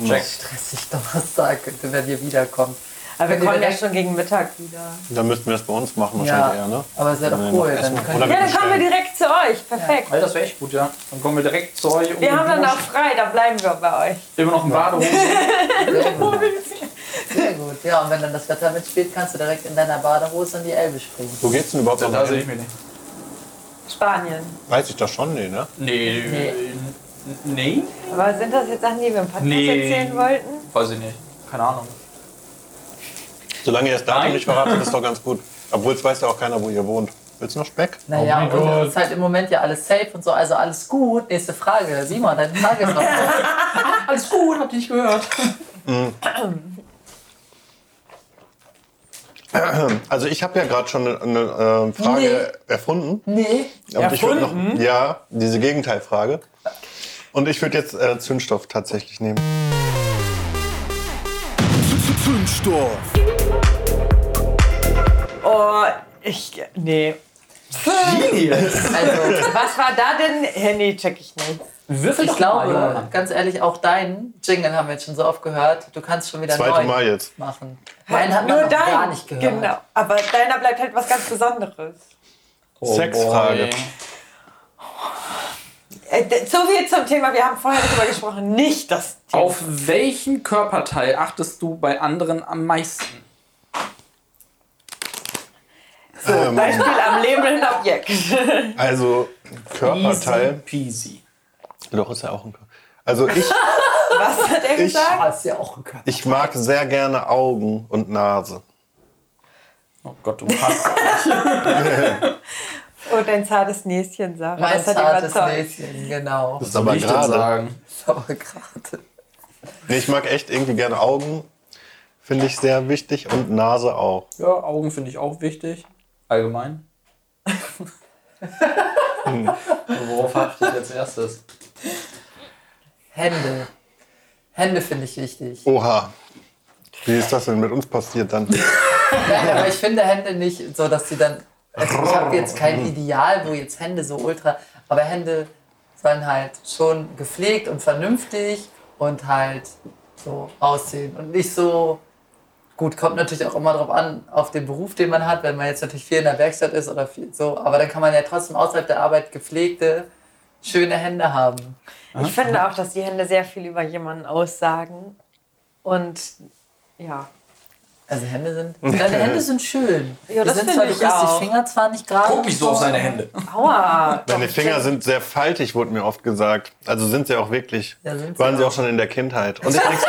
Check.
Stressig Donnerstag, wenn ihr wiederkommt.
Aber wir
Wenn ihr
kommen ja
direkt-
schon gegen Mittag wieder.
Dann müssten wir das bei uns machen
Ja,
wahrscheinlich eher, ne?
aber es wäre doch
Wenn wir
cool.
noch essen-
Dann können
oder
wir
Ja, dann kommen wir direkt zu euch. Perfekt.
Ey, das wäre echt gut, ja. Dann kommen wir direkt zu euch. und
Wir haben dann auch
duschen.
frei, dann bleiben wir bei euch.
Immer noch ein Badehose.
Sehr gut. Ja, und wenn dann das Wetter mitspielt, kannst du direkt in deiner Badehose in die Elbe springen.
Wo geht's denn überhaupt
da
noch
sehe
hin?
ich mich nicht.
Spanien.
Weiß ich das schon, nee, ne?
Nee. äh, Nee?
Aber sind das jetzt Sachen, die wir im Podcast
Nee.
erzählen wollten?
Weiß ich nicht. Keine Ahnung.
Solange ihr das Datum
Nein.
nicht verratet, ist doch ganz gut. Obwohl es weiß ja auch keiner, wo ihr wohnt. Willst du noch Speck?
Naja,
Oh mein
und
Gott.
es ist halt im Moment ja alles safe und so, also alles gut. Nächste Frage. Simon, deine Frage ist noch gut.
Alles gut, habt ihr nicht gehört.
Also ich habe ja gerade schon eine, eine äh, Frage erfunden.
Nee.
Und ich würd noch, ja, diese Gegenteilfrage. Und ich würde jetzt äh, Zündstoff tatsächlich nehmen.
Zündstoff.
Oh, ich. Nee.
Also,
Was war da denn? Hä, Nee, check ich nicht.
Würfel
ich glaube, ganz ehrlich, auch deinen Jingle haben wir jetzt schon so oft gehört. Du kannst schon wieder
Zweite
neu
Mal jetzt.
machen. Meinen hat man noch gar nicht gehört.
Genau. Aber deiner bleibt halt was ganz Besonderes.
Oh, Sexfrage.
Äh, d- So viel zum Thema. Wir haben vorher darüber gesprochen. Nicht das Thema.
Auf welchen Körperteil achtest du bei anderen am meisten?
so, Beispiel am lebenden Objekt.
Ähm, Also Körperteil.
Peasy.
Doch, ist ja auch ein Körper. Also ich,
Was hat er
Ich-
gesagt?
Das Ah, ist ja auch ein Körper.
ich mag sehr gerne Augen und Nase.
Oh Gott, du hast.
Und ein Oh, zartes Näschen, Sarah.
Mein
das hat
zartes
überzeugt.
Näschen, genau. Das
ist aber gerade.
ist aber gerade.
Nee, ich mag echt irgendwie gerne Augen. Finde ich sehr wichtig und Nase auch.
Ja, Augen finde ich auch wichtig. Allgemein. Worauf hafte ich als erstes?
Hände. Hände finde ich wichtig.
Oha. Wie ist das denn mit uns passiert dann?
Nein, aber ich finde Hände nicht so, dass sie dann. Also ich habe jetzt kein Ideal, wo jetzt Hände so ultra. Aber Hände sollen halt schon gepflegt und vernünftig und halt so aussehen. Und nicht so. Gut, kommt natürlich auch immer drauf an, auf den Beruf, den man hat, wenn man jetzt natürlich viel in der Werkstatt ist oder viel so. Aber dann kann man ja trotzdem außerhalb der Arbeit gepflegte, schöne Hände haben.
Ich finde auch, dass die Hände sehr viel über jemanden aussagen. Und ja.
Also Hände sind. Deine Hände sind schön.
Ja,
Die
das
sind
finde
zwar,
ich
du kriegst
auch.
die Finger zwar nicht gerade.
Guck mich so auf seine Hände.
Aua.
Deine Finger sind sehr faltig, wurde mir oft gesagt. Also sind sie auch wirklich.
Ja, sind sie
waren sie
auch.
auch schon in der Kindheit. Und ich krieg's,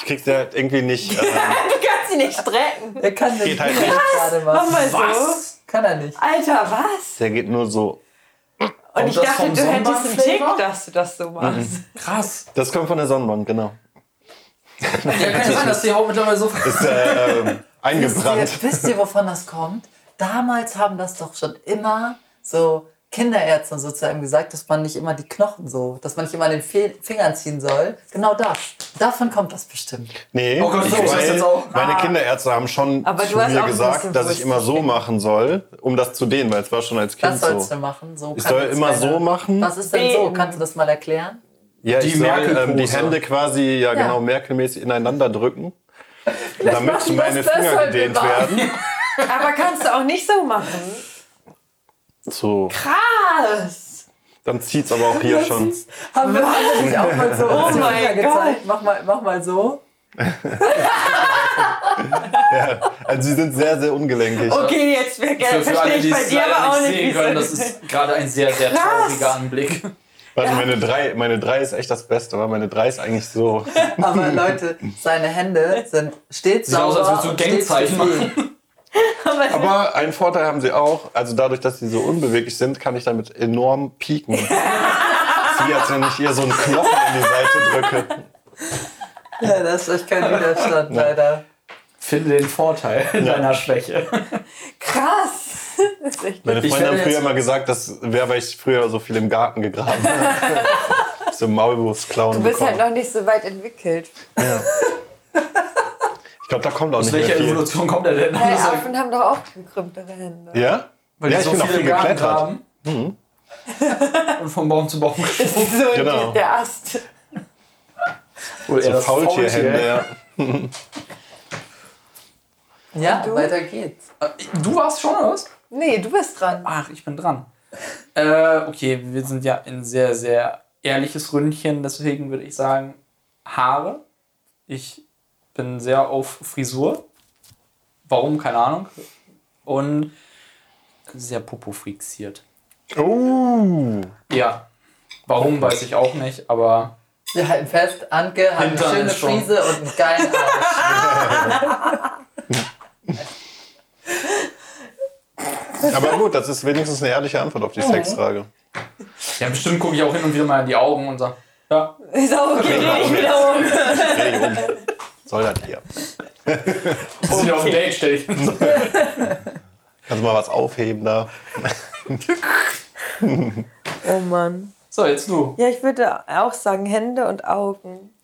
ich krieg's ja irgendwie nicht. Äh,
Du kannst sie nicht strecken.
Er kann nicht.
Geht halt nicht.
Gerade
Mach
was.
mal so.
Kann er nicht.
Alter, was?
der geht nur so.
Und ich
das
dachte,
vom
du hättest einen Tick,
Sonnenbahnflavor?
dass du das
Mhm.
so machst.
Krass.
Das kommt von der Sonnenbank, genau.
Ja, kann sein, dass die Haut mittlerweile so.
Ist äh, ähm, eingebrannt.
Wisst ihr, wisst ihr, wovon das kommt? Damals haben das doch schon immer so Kinderärzte und so zu einem gesagt, dass man nicht immer die Knochen so, dass man nicht immer an den Fe- Fingern ziehen soll. Genau das. Davon kommt das bestimmt.
Nee,
Oh Gott,
ich
so ist das
weiß-
jetzt auch.
meine Kinderärzte haben schon
Aber
zu
du hast
mir
auch ein bisschen
gesagt, dass
Brust.
ich immer so machen soll, um das zu dehnen, weil es war schon als Kind
Das sollst
so.
du machen. So
Ich
kann
soll
jetzt
immer so machen?
Was ist denn so?
Beten.
Kannst du das mal erklären?
Ja,
Die
ich soll ähm, die
Merkel-Pose.
Hände quasi ja,
Ja.
genau merkelmäßig ineinander drücken, damit
machen die
meine
das
Finger
deshalb
gedehnt
immer.
werden.
Aber kannst du auch nicht so machen.
So,
Krass.
dann zieht's aber auch hier schon.
Haben wir alle nicht auch mal so oh
mein
gezeigt? Mach mal, mach mal so.
Also sie sind sehr, sehr ungelenkig.
Okay, jetzt wir-
Für, für
verstehe
alle, die
ich bei
es
dir
leider
aber auch
nicht
nicht, wie
sehen können, das
es
ist gerade ein sehr, sehr trauriger Anblick.
Warte, meine drei, meine drei ist echt das Beste, weil meine drei ist eigentlich so.
Aber Leute, seine Hände sind stets
Sieht aus,
sauber.
als würdest du
und stets
Gangzeichen machen.
gepflegt.
Aber einen Vorteil haben sie auch. Also dadurch, dass sie so unbeweglich sind, kann ich damit enorm pieken. Es ist wie als wenn ich ihr so einen Knochen in die Seite drücke.
Ja, da ist echt kein Widerstand, leider.
Finde den Vorteil deiner Schwäche.
Krass. Das ist echt
Meine
Ich
Freunde haben
werde
früher
jetzt-
immer gesagt, das wäre, weil ich früher so viel im Garten gegraben habe. so Maulwurfsklauen
Du bist
bekommen.
halt noch nicht so weit entwickelt.
ich glaube, da kommt auch
Aus
nicht mehr
welcher
viel.
Evolution kommt er denn? Also
Die
Das ist ja-
Affen haben doch auch gekrümmtere Hände.
Ja?
Weil
ja,
die
ich
so
bin auch
viel
viel
im Garten
geklettert. Mhm.
graben und vom Baum zu Baum gesprungen.
So
Genau.
die, der Ast.
Oder
So Faultierhände, ja.
Ja,
du?
weiter geht's.
Du warst schon, oder was?
Nee, du bist dran.
Ach, ich bin dran. Äh, okay, wir sind ja ein sehr, sehr ehrliches Ründchen, deswegen würde ich sagen, Haare. Ich bin sehr auf Frisur. Warum, keine Ahnung. Und sehr popo-fixiert.
Oh.
Ja. Warum, weiß ich auch nicht, aber
Wir halten fest, Anke hat eine
Hintern
schöne
ist schon.
Frise und einen geilen Arsch.
Aber gut, das ist wenigstens eine ehrliche Antwort auf die
Mhm.
Sexfrage.
ja, bestimmt gucke ich auch hin und wieder mal in die Augen und sage, ja,
Ist auch okay, dreh dich
genau.
wieder um.
Hey, um. Soll das hier?
das ist wieder auf dem Date, stell ich.
Kannst du Also mal was aufheben da?
Oh Mann.
So, jetzt du.
Ja, ich würde auch sagen Hände und Augen.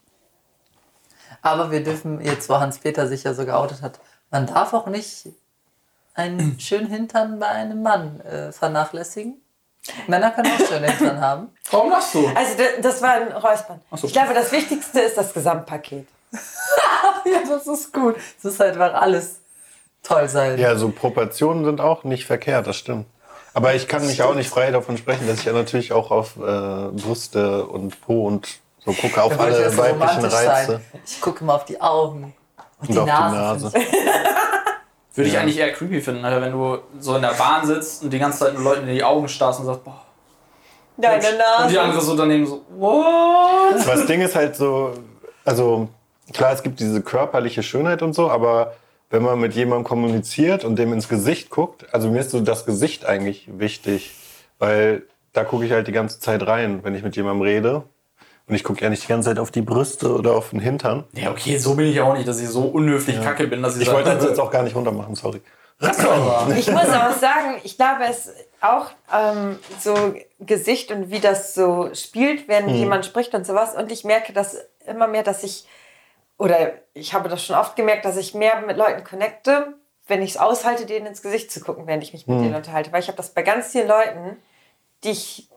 Aber wir dürfen, jetzt wo Hans-Peter sich ja so geoutet hat, man darf auch nicht einen schönen Hintern bei einem Mann äh, vernachlässigen. Männer können auch schöne Hintern haben.
Warum lachst du?
Also da- das war ein Räuspern.
so.
Ich glaube, das Wichtigste ist das Gesamtpaket.
Ah, Ja, das ist gut. Es ist halt, weil alles toll sein.
Ja, so Proportionen sind auch nicht verkehrt, das stimmt. Aber ich kann mich auch nicht frei davon sprechen, dass ich ja natürlich auch auf äh, Brüste und Po und so gucke, auf
Da wollte ich
alle
erst so
weiblichen
romantisch
Reize
Ich gucke mal auf die Augen und,
und
die
auf
Nase.
die Nase.
Würde ich eigentlich eher creepy finden, Alter, wenn du so in der Bahn sitzt und die ganze Zeit den Leuten in die Augen starrst und sagst, boah.
Deine
Und die
Nase.
andere so daneben so, what?
Aber das Ding ist halt so, also klar, es gibt diese körperliche Schönheit und so, aber wenn man mit jemandem kommuniziert und dem ins Gesicht guckt, also mir ist so das Gesicht eigentlich wichtig, weil da gucke ich halt die ganze Zeit rein, wenn ich mit jemandem rede. Und ich gucke ja nicht die ganze Zeit auf die Brüste oder auf den Hintern.
Ja, okay, so bin ich auch nicht, dass ich so unhöflich kacke bin, dass ich,
Ich
sage,
wollte das jetzt auch gar nicht runter machen, sorry.
Ich muss auch sagen, ich glaube, es ist auch ähm, so Gesicht und wie das so spielt, wenn jemand spricht und sowas. Und ich merke das immer mehr, dass ich, oder ich habe das schon oft gemerkt, dass ich mehr mit Leuten connecte, wenn ich es aushalte, denen ins Gesicht zu gucken, wenn ich mich mit denen unterhalte. Weil ich habe das bei ganz vielen Leuten, die ich,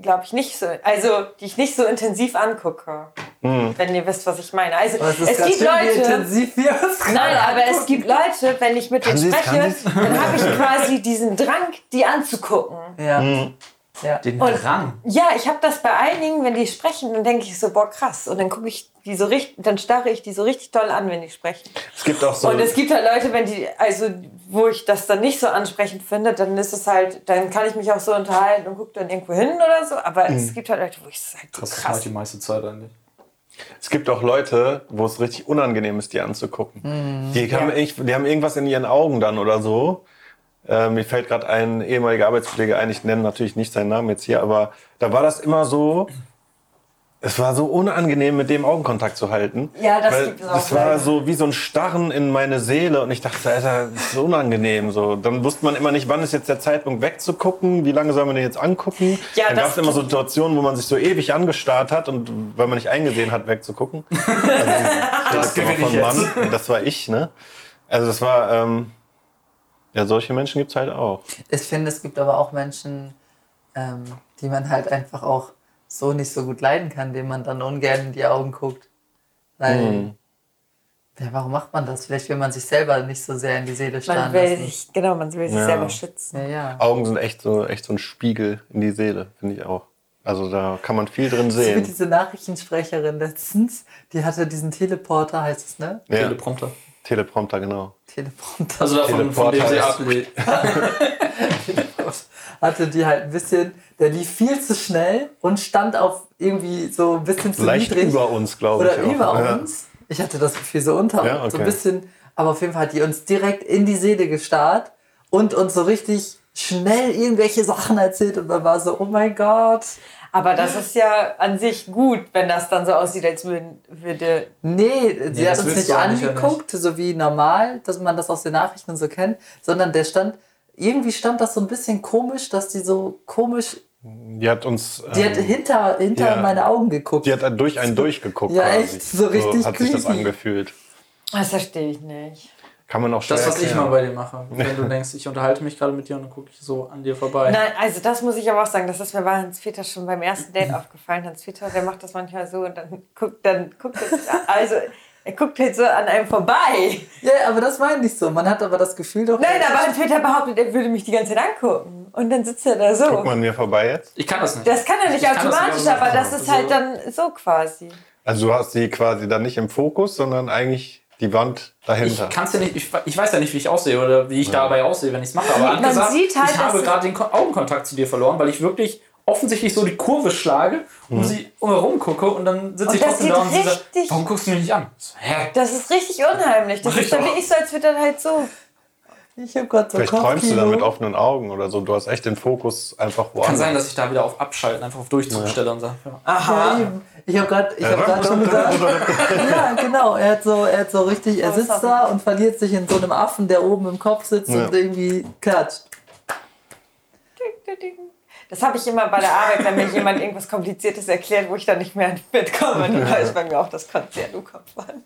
glaube ich, nicht so, also die ich nicht so intensiv angucke. Wenn ihr wisst, was ich meine. Also
Aber
es
ganz
gibt
schön, wie
Leute.
intensiv wir uns
Nein, aber es gibt Leute, wenn ich mit denen
sie's, kann
spreche, dann habe ich quasi diesen Drang, die anzugucken.
Ja. ja.
Den
Und-
Rang.
Ja, ich habe das bei einigen, wenn die sprechen, dann denke ich so, boah, krass. Und dann gucke ich die so richtig, dann starre ich die so richtig toll an, wenn die sprechen.
Es gibt auch so.
Und es gibt halt Leute, wenn die, also wo ich das dann nicht so ansprechend finde, dann ist es halt, dann kann ich mich auch so unterhalten und gucke dann irgendwo hin oder so. Aber es gibt halt Leute, wo ich sage,
Das
krass.
ist halt die meiste Zeit eigentlich.
Es gibt auch Leute, wo es richtig unangenehm ist, die
Mhm.
anzugucken. Die, haben, echt- die haben irgendwas in ihren Augen dann oder so. Äh, mir fällt gerade ein ehemaliger Arbeitskollege ein, ich nenne natürlich nicht seinen Namen jetzt hier, aber da war das immer so, es war so unangenehm, mit dem Augenkontakt zu halten.
Ja, das
weil
gibt es auch
Das war
leider.
so wie so ein Starren in meine Seele und ich dachte, Alter, das ist so unangenehm. So. Dann wusste man immer nicht, wann ist jetzt der Zeitpunkt wegzugucken, wie lange soll man den jetzt angucken.
Ja,
dann
das
gab es immer so
tut-
Situationen, wo man sich so ewig angestarrt hat und weil man nicht eingesehen hat, wegzugucken. Also, Das
gewinne ich jetzt.
Mann. Das war ich, ne? Also das war, ähm, ja, solche Menschen gibt's halt auch.
Ich finde, es gibt aber auch Menschen, ähm, die man halt einfach auch so nicht so gut leiden kann, denen man dann ungern in die Augen guckt. Weil, ja, warum macht man das? Vielleicht will man sich selber nicht so sehr in die Seele
Man
starren
will
lassen.
sich, genau, man will sich
Ja.
selber schützen.
Ja, ja.
Augen sind echt so, echt so ein Spiegel in die Seele, finde ich auch. Also da kann man viel drin
So wie
sehen.
diese Nachrichtensprecherin letztens, die hatte diesen Teleporter, heißt es, ne?
Ja,
Teleprompter.
Teleprompter, genau.
Teleprompter.
Also davon, von dem sie
Teleporter.
ablehnt.
hatte die halt ein bisschen, der lief viel zu schnell und stand auf irgendwie so ein bisschen zu
Leicht
niedrig.
über uns, glaube ich.
Oder
auch.
über
Ja.
uns. Ich hatte das Gefühl so unter
Ja,
uns. So
okay.
ein bisschen, aber auf jeden Fall hat die uns direkt in die Seele gestarrt und uns so richtig schnell irgendwelche Sachen erzählt und man war so, oh mein Gott.
Aber das ist ja an sich gut, wenn das dann so aussieht, als würden- würde
Nee, sie
das
hat uns
willst
nicht
du auch nicht,
angeguckt, so wie normal, dass man das aus den Nachrichten so kennt, sondern der stand, irgendwie stand das so ein bisschen komisch, dass die so komisch,
Die hat uns.
die hat
ähm,
hinter,
ja.
hinter meine Augen geguckt.
die hat durch einen durchgeguckt.
Ja,
quasi.
echt, so richtig
hat sich das
creepy.
angefühlt.
Das verstehe ich nicht.
Kann man auch schwer
Das, was ich
erklären.
mal bei dir mache. Wenn du denkst, ich unterhalte mich gerade mit dir und dann gucke ich so an dir vorbei.
Nein, also das muss ich aber auch sagen, das ist mir bei Hans Peter schon beim ersten Date aufgefallen. Hans Peter, der macht das manchmal so und dann guckt, dann guckt er, also er guckt halt so an einem vorbei.
Ja, aber das meine ich so. Man hat aber das Gefühl doch.
Nein, aber Hans Peter behauptet, er würde mich die ganze Zeit angucken. Und dann sitzt er da
Guckt
so.
man mir vorbei jetzt?
Ich kann das nicht.
Das kann er nicht
Ich kann das
automatisch,
nicht
aber das
machen.
ist halt dann so quasi.
Also du hast sie quasi dann nicht im Fokus, sondern eigentlich die Wand dahinter.
Ich kann's ja nicht, ich, we- ich weiß ja nicht, wie ich aussehe oder wie ich dabei aussehe, wenn ich es mache. Aber
Man
angesagt,
sieht halt,
ich habe
dass-
gerade den Ko- Augenkontakt zu dir verloren, weil ich wirklich offensichtlich so die Kurve schlage und sie rumgucke und dann sitze
Und
ich
das
trotzdem
sieht
da und sie sagt,
richtig-
warum guckst du mich nicht an? Ich So, hä?
Das ist richtig unheimlich. Das
Mach ich
ist dann
doch.
wirklich so, als würde er halt so.
Ich habe gerade so
Vielleicht träumst du
Kopfkino.
dann mit offenen Augen oder so. Du hast echt den Fokus einfach woanders.
Kann sein, dass ich da wieder auf Abschalten, einfach auf Durchzug stelle und sage, ja.
Ja, eben. Ich habe gerade hab grad schon gesagt. ja, genau. Er hat so, er hat so richtig, er
Oh,
sitzt
sorry.
da und verliert sich in so einem Affen, der oben im Kopf sitzt
Ja.
und irgendwie klatscht.
Das habe ich immer bei der Arbeit, wenn mir jemand irgendwas Kompliziertes erklärt, wo ich dann nicht mehr mitkomme. Und dann ist bei mir auch das Konzert im Kopf an.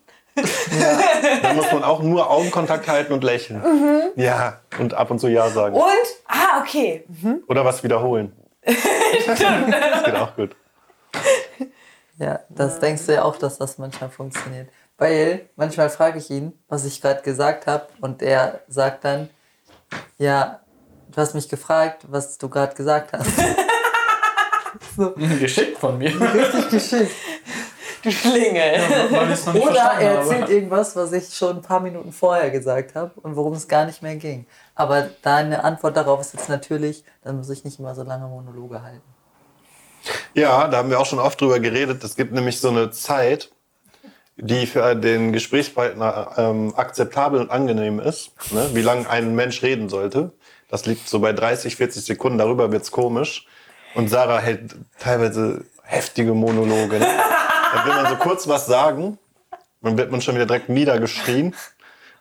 Da muss man auch nur Augenkontakt halten und lächeln.
Mhm.
Ja, und ab und zu Ja sagen.
Und, ah, okay.
Oder was wiederholen. das geht auch gut.
Ja, das denkst du ja auch, dass das manchmal funktioniert. Weil manchmal frage ich ihn, was ich gerade gesagt habe, und er sagt dann, ja, du hast mich gefragt, was du gerade gesagt hast.
geschickt von mir.
Richtig geschickt.
Du Schlingel.
Weil ich's noch nicht
Oder
verstanden
er
habe.
erzählt irgendwas, was ich schon ein paar Minuten vorher gesagt habe und worum es gar nicht mehr ging. Aber deine Antwort darauf ist jetzt natürlich, dann muss ich nicht immer so lange Monologe halten.
Ja, da haben wir auch schon oft drüber geredet. Es gibt nämlich so eine Zeit, die für den Gesprächspartner ähm, akzeptabel und angenehm ist, ne? wie lange ein Mensch reden sollte. Das liegt so bei 30, 40 Sekunden. Darüber wird's komisch. Und Sarah hält teilweise heftige Monologe. Ne? Dann will man so kurz was sagen, dann wird man schon wieder direkt niedergeschrien.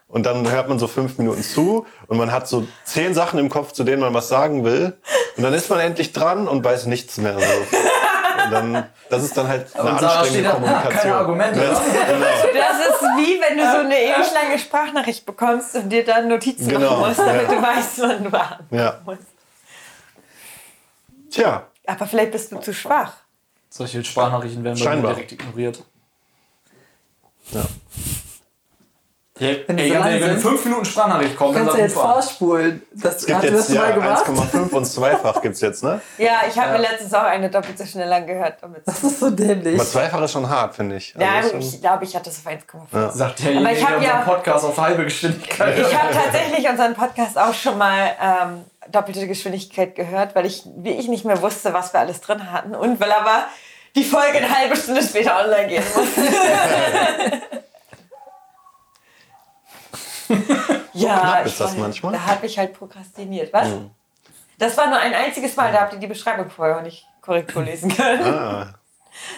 Und dann hört man so fünf Minuten zu und man hat so zehn Sachen im Kopf, zu denen man was sagen will. Und dann ist man endlich dran und weiß nichts mehr. So. Und dann, das ist dann halt eine
Und Sarah steht
anstrengende
da, "Ah,
Kommunikation.
keine Argumente,
Ja, genau.
Das ist wie, wenn du so eine ewig lange Sprachnachricht bekommst und dir dann Notizen
Genau,
machen musst, damit
ja.
du weißt, wann du warten
Ja.
musst.
Tja,
Aber vielleicht bist du zu schwach.
Solche Sprachnachrichten werden bei mir
Scheinbar.
direkt ignoriert.
Ja.
Ey,
Wenn die
ey,
so
ganz
lang
ehrlich, wenn
sind,
fünf Minuten Sprachnachricht kommt, dann
Kannst du
sag
jetzt
Ufa.
vorspulen? Das,
es gibt
hast du
jetzt
das
ja,
mal gemacht?
1,5 und zweifach gibt's jetzt, ne?
Ja, ich habe mir letztens auch eine doppelt so schnell angehört. Damit
Das ist so dämlich.
Aber zweifach ist schon hart, finde ich.
ja,
Also ist
ich
schon-
glaube, ich hatte es auf 1,5.
Sagt derjenige,
Aber ich hab
der unseren
ja-
Podcast auf halbe Geschwindigkeit
Ich habe tatsächlich unseren Podcast auch schon mal ähm, doppelte Geschwindigkeit gehört, weil ich, wie ich nicht mehr wusste, was wir alles drin hatten und weil aber die Folge eine halbe Stunde später online gehen muss. ja,
Knapp ist
ich
das
weiß,
manchmal. Mhm.
Da habe ich halt prokrastiniert. Was? Das war nur ein einziges Mal, da habt ihr die Beschreibung vorher auch nicht korrekt vorlesen können.
ah, das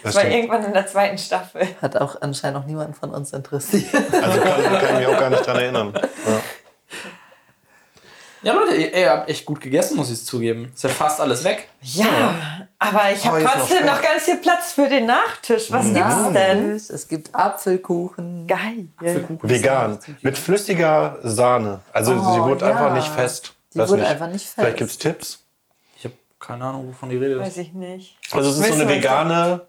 Das war
stimmt.
irgendwann in der zweiten Staffel.
Hat auch anscheinend noch niemand von uns interessiert.
Also kann, kann ich mich auch gar nicht dran erinnern. Ja.
Ja, Leute, ihr, ihr habt echt gut gegessen, muss ich zugeben. Ist ja fast alles weg.
Ja, aber ich habe
Heute noch
trotzdem noch,
Spaß. Mhm.
ganz viel Platz für den Nachtisch. Was gibt's denn?
Es gibt Apfelkuchen.
Geil.
Vegan. Mit flüssiger Sahne. Also
Oh,
sie wurde
ja.
einfach nicht fest.
Die wurde einfach nicht fest.
Vielleicht gibt es Tipps.
Ich habe keine Ahnung, wovon die Rede ist.
Weiß ich nicht.
Also es ist
Wissen
so eine
wir-
vegane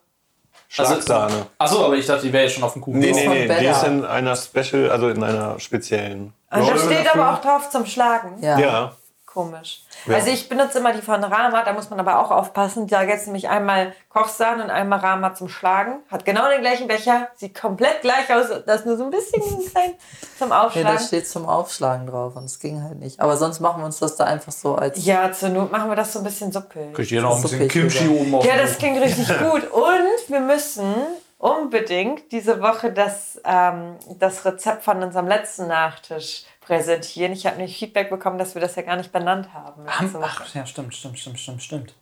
Schlagsahne.
Achso, Also, aber ich dachte, die wäre jetzt schon auf dem Kuchen.
Nee,
ist
nee,
von
nee. Also Die
Bella.
ist in einer Special, also in einer speziellen.
Und da
Rolle
Also steht
dafür.
aber auch drauf zum Schlagen.
Ja.
Ja.
Komisch. Also ich benutze immer die von Rama, da muss man aber auch aufpassen. Da gibt es nämlich einmal Kochsahne und einmal Rama zum Schlagen. Hat genau den gleichen Becher, sieht komplett gleich aus, da ist nur so ein bisschen klein zum
Nee, da
Aufschlagen.
steht zum Aufschlagen drauf und es ging halt nicht. Aber sonst machen wir uns das da einfach so als.
Ja, zur Not machen wir das so ein bisschen suppel.
Kriegt ihr noch ein
Das ist
bisschen
okay,
Kimchi
Julia.
oben auf
Ja,
den
das klingt richtig gut. Und wir müssen unbedingt diese Woche das, ähm, das Rezept von unserem letzten Nachtisch präsentieren. Ich habe nämlich Feedback bekommen, dass wir das ja gar nicht benannt haben. letzte
Kuchen.
Woche.
Ach, ja, stimmt, stimmt, stimmt, stimmt, stimmt.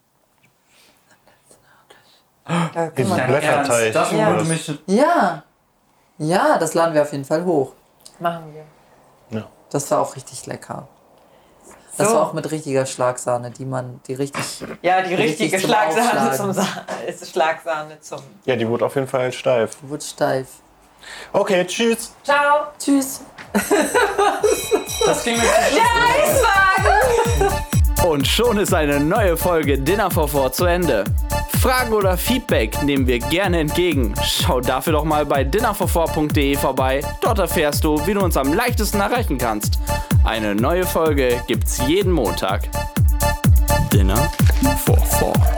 Da kann
Diesen
man-
Blätterteig.
Das
Ja.
würde mich
Ja. Ja, das laden wir auf jeden Fall hoch.
Machen wir.
Ja.
Das war auch richtig lecker. Das
So.
war auch mit richtiger Schlagsahne, die man, die richtig.
Ja, die
Richtig
richtige
zum
Schlagsahne
Aufschlagen.
zum Sa ist Schlagsahne zum.
ja, die wurde auf jeden Fall steif.
Wurde steif.
Okay, tschüss.
Ciao!
Tschüss.
Das klingt mir
Und schon ist eine neue Folge Dinner for Four zu Ende. Fragen oder Feedback nehmen wir gerne entgegen. Schau dafür doch mal bei dinnerforfour.de vorbei. Dort erfährst du, wie du uns am leichtesten erreichen kannst. Eine neue Folge gibt's jeden Montag. Dinner for Four.